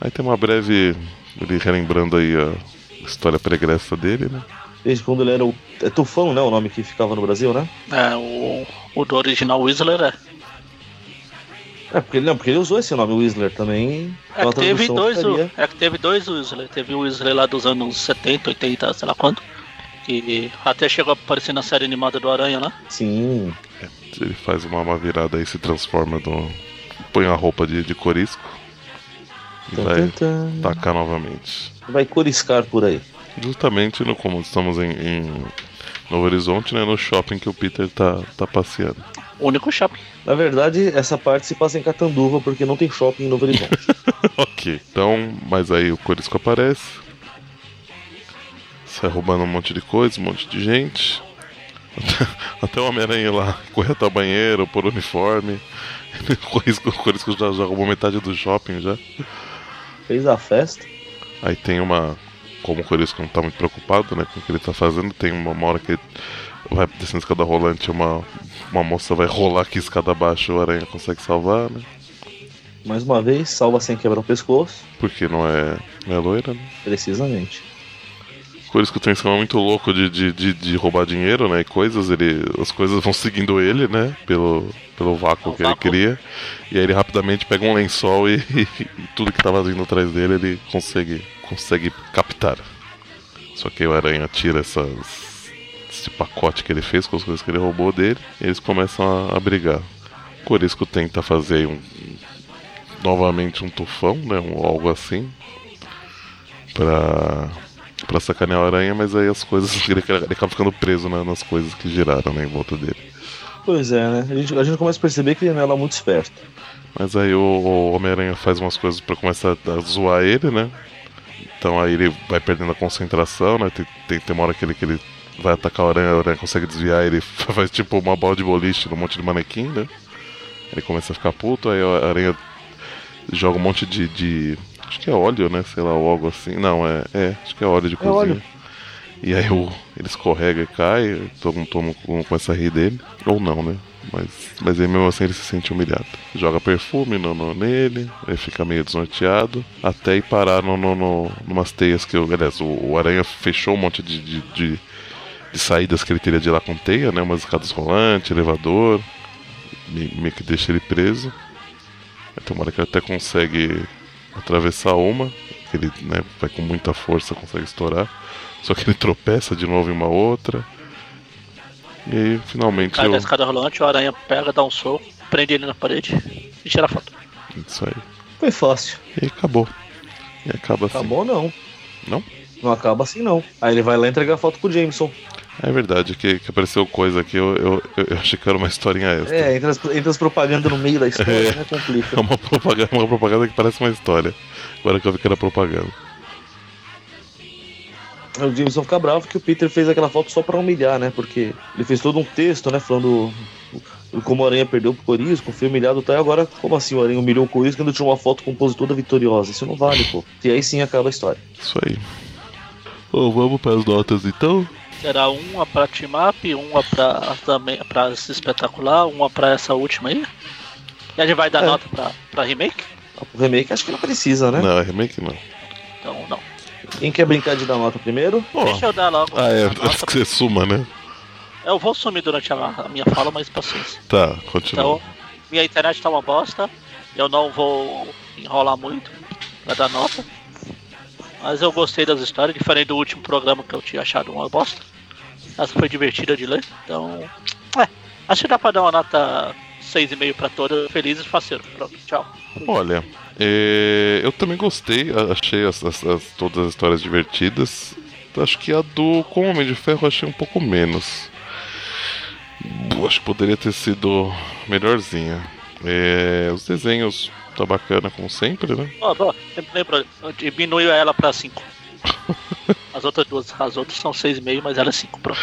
S3: Aí tem uma breve. Ele relembrando aí a história pregressa dele, né?
S4: Desde quando ele era o. É Tufão, né? O nome que ficava no Brasil, né?
S2: É, o, o do original Whistler é.
S4: É, porque ele, não, porque ele usou esse nome, Whistler, também.
S2: É
S4: Pela
S2: que, teve
S4: tradução,
S2: dois, o-
S4: ficaria-
S2: é que teve dois Whistler. Teve o Whistler lá dos anos 70, 80, sei lá quanto. Que até chegou a aparecer na série animada do Aranha lá.
S4: Sim.
S3: Ele faz uma, uma virada aí, se transforma no. põe a roupa de, de corisco e
S4: Tan,
S3: vai tá.
S4: tan, tan.
S3: atacar novamente.
S4: Vai coriscar por aí.
S3: Justamente no como estamos em, em Novo Horizonte, né? No shopping que o Peter tá, tá passeando.
S2: O único shopping.
S4: Na verdade, essa parte se passa em Catanduva, porque não tem shopping em Novo Horizonte.
S3: ok. Então, mas aí o corisco aparece. Sai roubando um monte de coisa, um monte de gente. Até o Homem-Aranha lá corre até o banheiro, por uniforme. O Corisco, o Corisco já, já roubou metade do shopping já.
S4: Fez a festa.
S3: Aí tem uma. Como o Corisco não tá muito preocupado né, com o que ele tá fazendo, tem uma, uma hora que ele vai descendo a escada rolante, uma, uma moça vai rolar aqui escada abaixo, o Aranha consegue salvar, né?
S4: Mais uma vez, salva sem quebrar o pescoço.
S3: Porque não é, não é loira, né?
S4: Precisamente.
S3: Cores que o Tensão é muito louco de, de, de, de roubar dinheiro, né? E coisas, ele, as coisas vão seguindo ele, né? Pelo, pelo vácuo
S2: O
S3: que ele
S2: vácuo.
S3: cria. E aí ele rapidamente pega um lençol e, e tudo que tava vindo atrás dele ele consegue, consegue captar. Só que aí o Aranha tira essas, esse pacote que ele fez com as coisas que ele roubou dele e eles começam a, a brigar. O Corisco tenta fazer um, novamente um tufão, né? Um, algo assim. Pra, pra sacanear o aranha, mas aí as coisas. Ele, ele acaba ficando preso na- nas coisas que giraram né, em volta dele.
S4: Pois é, né? A gente, a gente começa a perceber que ele não é lá muito esperto.
S3: Mas aí o, o Homem-Aranha faz umas coisas pra começar a zoar ele, né? Então aí ele vai perdendo a concentração, né? Tem, tem, tem uma hora que ele, que ele vai atacar o aranha, o aranha consegue desviar, ele faz tipo uma bola de boliche num monte de manequim, né? Ele começa a ficar puto, aí a aranha joga um monte de. de- acho que é óleo, né? Sei lá, ou algo assim. Não, é. é, acho que é óleo de cozinha.
S4: óleo.
S3: E aí o, ele escorrega e cai, todo mundo toma, um- começa a rir dele. Ou não, né? Mas, mas aí mesmo assim ele se sente humilhado. Joga perfume no, no- nele, ele fica meio desnorteado, até ir parar no, no, no- numas teias que eu. Aliás, o, o Aranha fechou um monte de- de- de de saídas que ele teria de ir lá com teia, né? Umas escadas rolantes, elevador. me- Meio que deixa ele preso. Aí tem uma hora que ele até consegue atravessar uma. que Ele né, vai com muita força, consegue estourar. Só que ele tropeça de novo em uma outra. E aí finalmente
S2: Cai
S3: eu...
S2: da escada rolante, o aranha pega, dá um soco, prende ele na parede e tira a foto.
S3: Isso aí.
S4: Foi fácil.
S3: E aí acabou. E acaba assim.
S4: Tá bom, não.
S3: Não?
S4: Não acaba assim, não. Aí ele vai lá entregar a foto pro Jameson.
S3: É verdade que, que apareceu coisa aqui, eu, eu, eu- eu achei que era uma historinha extra.
S4: É, entre as, entre as propagandas no meio da história, né? Complica.
S3: É uma propaganda, uma propaganda que parece uma história. Agora que eu vi que era propaganda.
S4: Aí O Jameson fica bravo que o Peter fez aquela foto só pra humilhar, né? Porque ele fez todo um texto, né? Falando o- como o Aranha perdeu pro Corisco, foi humilhado e tal. E agora, como assim o Aranha humilhou o Corisco quando tirou uma foto com pose toda vitoriosa? Isso não vale, pô. E aí sim acaba a história.
S3: Isso aí. Bom, vamos para as notas então.
S2: Será uma pra Timap, uma pra, também, pra esse espetacular, uma pra essa última aí. E a gente vai dar
S4: É.
S2: nota pra, pra remake?
S4: O remake acho que não precisa, né?
S3: Não, é remake não.
S2: Então não.
S4: Quem quer brincar de dar nota primeiro?
S3: Ó,
S2: Deixa eu dar logo.
S3: Ah, é,
S2: a
S3: antes
S2: nota.
S3: que você suma, né?
S2: Eu vou sumir durante a, a minha fala, mas paciência.
S3: Tá, continua.
S2: Então, minha internet tá uma bosta. Eu não vou enrolar muito pra dar nota. Mas eu gostei das histórias, diferente do último programa que eu tinha achado uma bosta. Essa foi divertida de ler, então. É, acho que dá pra dar uma nota 6,5 pra todas. Felizes, faceiro. Pronto, tchau.
S3: Olha, é, eu também gostei, a- achei as, as- as- todas as histórias divertidas. Acho que a do Com o Homem de Ferro eu achei um pouco menos. Bu- Acho que poderia ter sido melhorzinha. É, os desenhos tá bacana como sempre, né?
S2: Ó, boa, sempre lembro, eu diminuiu ela pra 5. As outras duas, as outras são 6,5, mas ela é 5, pronto.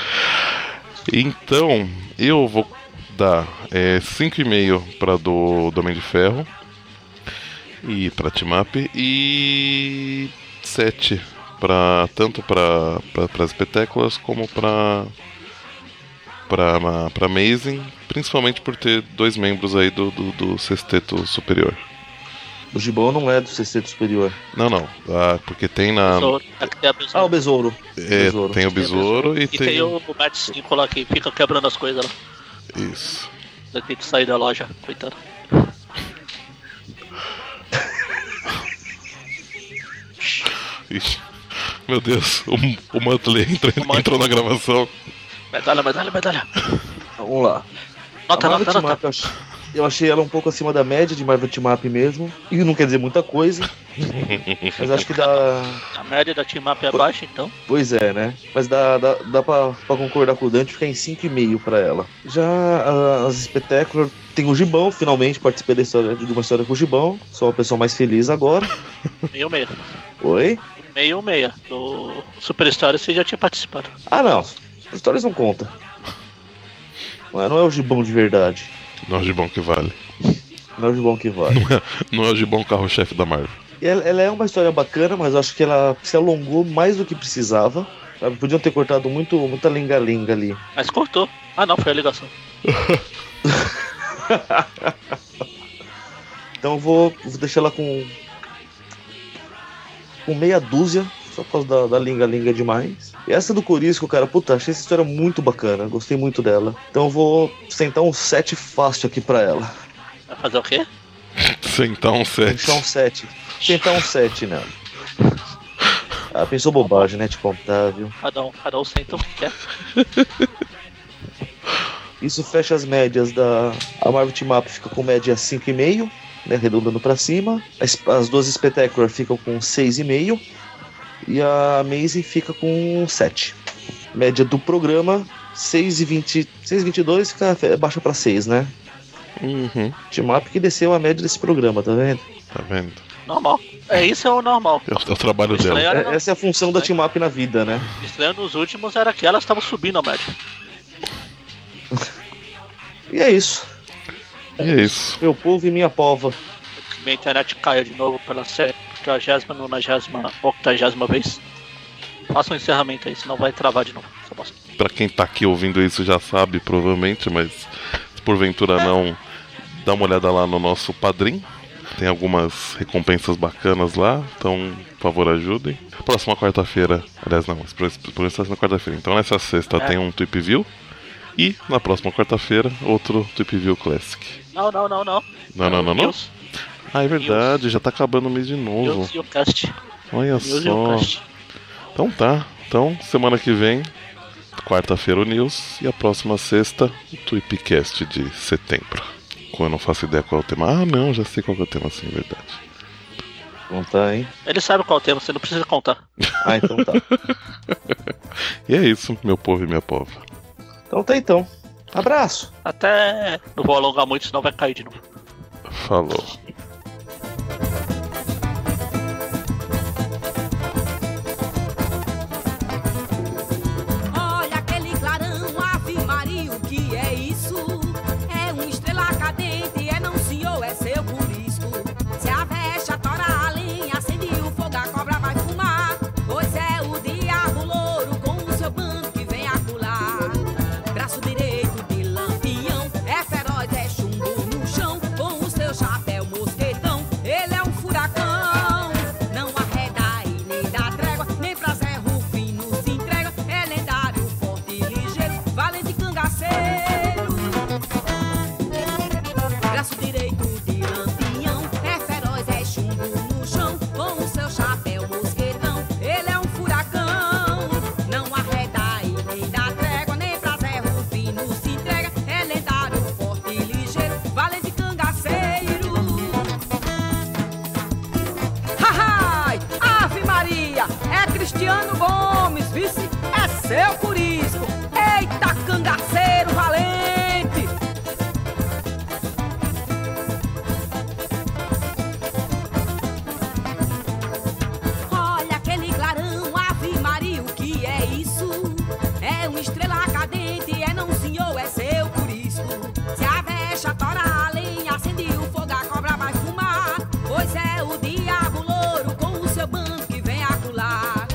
S3: Então, eu vou dar é, 5,5 para do, do Homem de Ferro e para Timap e 7 para tanto para pra, as espetáculas como para para para Amazing, principalmente por ter dois membros aí do, do, do sexteto superior.
S4: O Gibão não é do sexteto superior.
S3: Não, não, ah, porque tem na
S2: Só é que tem a
S4: Ah,
S2: mesma-
S4: o Besouro.
S3: é,
S4: Besouro.
S3: tem o besouro e
S2: E
S3: tem,
S2: tem o Matt 5 lá que fica quebrando as coisas lá.
S3: isso.
S2: Ele tem que sair da loja, coitado.
S3: Ixi. Meu Deus, o, o Mantley entrou, entrou na gravação.
S2: Medalha, medalha, medalha.
S4: Vamos lá.
S2: Nota,
S4: a Marvel
S2: nota,
S4: Team
S2: nota.
S4: Up, eu ach- eu achei ela um pouco acima da média de Marvel Team Up mesmo. E não quer dizer muita coisa. mas acho que dá.
S2: A média da Team Up é baixa, então.
S4: Pois é, né? Mas dá, dá, dá pra, pra concordar com o Dante ficar em 5,5 pra ela. Já a- as espetáculas. Tem o Gibão, finalmente participei da história, de uma história com o Gibão. Sou a pessoa mais feliz agora.
S2: Meio meia.
S4: Oi?
S2: Meio meia. Do Super Story você já tinha participado.
S4: Ah, não. As histórias não contam. Não é, não é o Gibão de verdade.
S3: Não é o gibão que vale.
S4: Não é o Gibão que vai.
S3: Não é o gibão carro-chefe da Marvel.
S4: E Ela, ela é uma história bacana, mas eu acho que ela se alongou mais do que precisava. Sabe? Podiam ter cortado muito, muita lenga-lenga ali.
S2: Mas cortou. Ah não, foi a ligação.
S4: Então eu vou, vou deixar ela com. com meia dúzia. só por causa da, da linga linga demais. E essa do Corisco, cara, puta, achei essa história muito bacana, gostei muito dela. Então eu vou sentar um set fácil aqui pra ela.
S2: Vai fazer o quê?
S3: Sentar um set.
S4: Sentar um set. Sentar um set nela. Ah, pensou bobagem, né? Tipo, tá, viu?
S2: Cada um, cada um senta o que quer.
S4: Isso fecha as médias da. A Marvel Team Up fica com média 5,5, né? Arredondando pra cima. As, as duas Spectacular ficam com 6,5. E a Amazing fica com 7. Média do programa, 6,20 6,22 fica fe- baixa pra 6, né?
S3: Uhum.
S4: Team Up que desceu a média desse programa, tá vendo?
S3: Tá vendo?
S2: Normal. É isso é o normal.
S3: É o, é o trabalho
S2: Isso
S3: dela.
S2: aí,
S4: É- essa é a função da Team Up na vida, né?
S2: Estranho nos últimos era que elas estavam subindo a média.
S4: E é isso.
S3: E é isso.
S4: Meu povo e minha pova.
S2: Minha internet caiu de novo pela 70, 90, 80 vez. Faça um encerramento aí, senão vai travar de novo. essa bosta.
S3: Pra quem tá aqui ouvindo isso já sabe, provavelmente, mas se porventura não, dá uma olhada lá no nosso padrim. Tem algumas recompensas bacanas lá, então, por favor, ajudem. Próxima quarta-feira, aliás, não, esse pro- esse programa está na quarta-feira. Então, nessa sexta
S2: É.
S3: tem um Tweep View e na próxima quarta-feira, outro Tweep View Classic.
S2: Não, não, não, não.
S3: Não, não, não, não?
S2: News,
S3: Ah, é verdade, já tá acabando o mês de novo.
S2: news e o cast.
S3: Olha
S2: News e o
S3: só.
S2: cast.
S3: Então tá. Então, semana que vem, quarta-feira o News e a próxima sexta, o Tweepcast de setembro. Quando eu não faço ideia qual é o tema. Ah, não, já sei qual que é o tema, sim, é verdade.
S4: Não tá, hein?
S2: Ele sabe qual é o tema, você não precisa contar.
S4: Ah, então tá.
S3: E é isso, meu povo e minha pova.
S4: Então tá então. Abraço.
S2: Até não vou alongar muito, senão vai cair de novo.
S3: Falou.
S1: Olha aquele clarão, ave Maria, o que é isso? É uma estrela cadente, é não senhor, é seu curisco. Se a veste tora a lenha, acende o fogo, a cobra vai fumar. Pois é o diabo louro com o seu bando que vem acular. Braço direito de lampião, é feroz, é chumbo no chão. Com o seu chapéu mosquetão, ele é um furacão. Não arreda e nem dá trégua, nem pra Zé Rufino se entrega. É lendário, forte e ligeiro, valente cangaceiro. Braço direito de lampião É feroz, é chumbo no chão Com o seu chapéu mosquetão Ele é um furacão Não arreda e nem dá trégua Nem pra Zé Rufino se entrega É lendário, forte e ligeiro Valente cangaceiro Hahai! Ave Maria! É Cristiano Gomes, vice, é seu curisco! Eita, cangaceiro valente! Olha aquele clarão, Ave Maria, o que é isso? É uma estrela cadente, é não senhor, é seu curisco. Se a vecha tora a lenha, acende o fogo, a cobra vai fumar. Pois é o diabo louro com o seu bando que vem acular.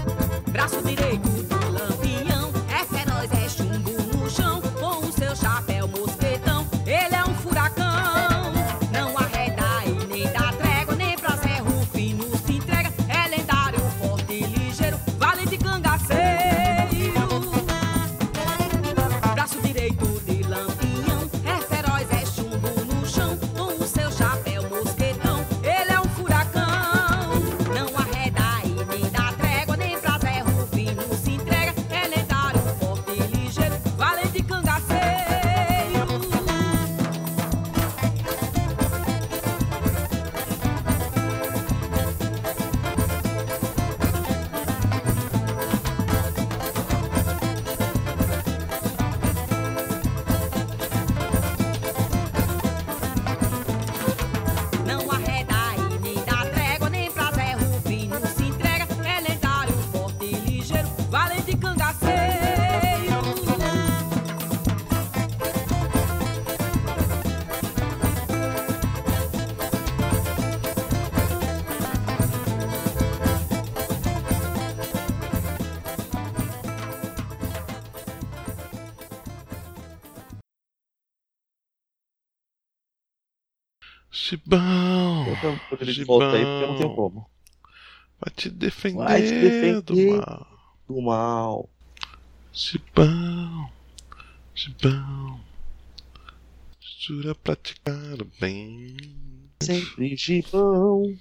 S1: Braço direito do lampião, é feroz, é chumbo no chão. Com o seu chapéu mosquetão, ele é um furacão. Não arreda e nem dá trégua, nem pra Zé Rufino se entrega. É lendário, forte e ligeiro, valente cangaceiro. Braço direito de lampião, é feroz, é chumbo no chão. Com o seu chapéu mosquetão, ele é um furacão. Não arreda e nem dá trégua, nem pra Zé Rufino se entrega. É lendário, forte e ligeiro, valente cangaceiro. Não arreda e nem dá trégua, nem pra Zé Rufino se entrega. É lendário, forte e ligeiro, valente cangaceiro.
S3: Chibão!
S4: Eu tô- tô de
S3: Gibão.
S4: Então, volta aí porque eu não tenho como.
S3: Vai te defender,
S4: Vai te defender.
S3: do mal.
S4: Do mal.
S3: Gibão, Gibão, jura praticar o bem.
S4: Sempre gibão.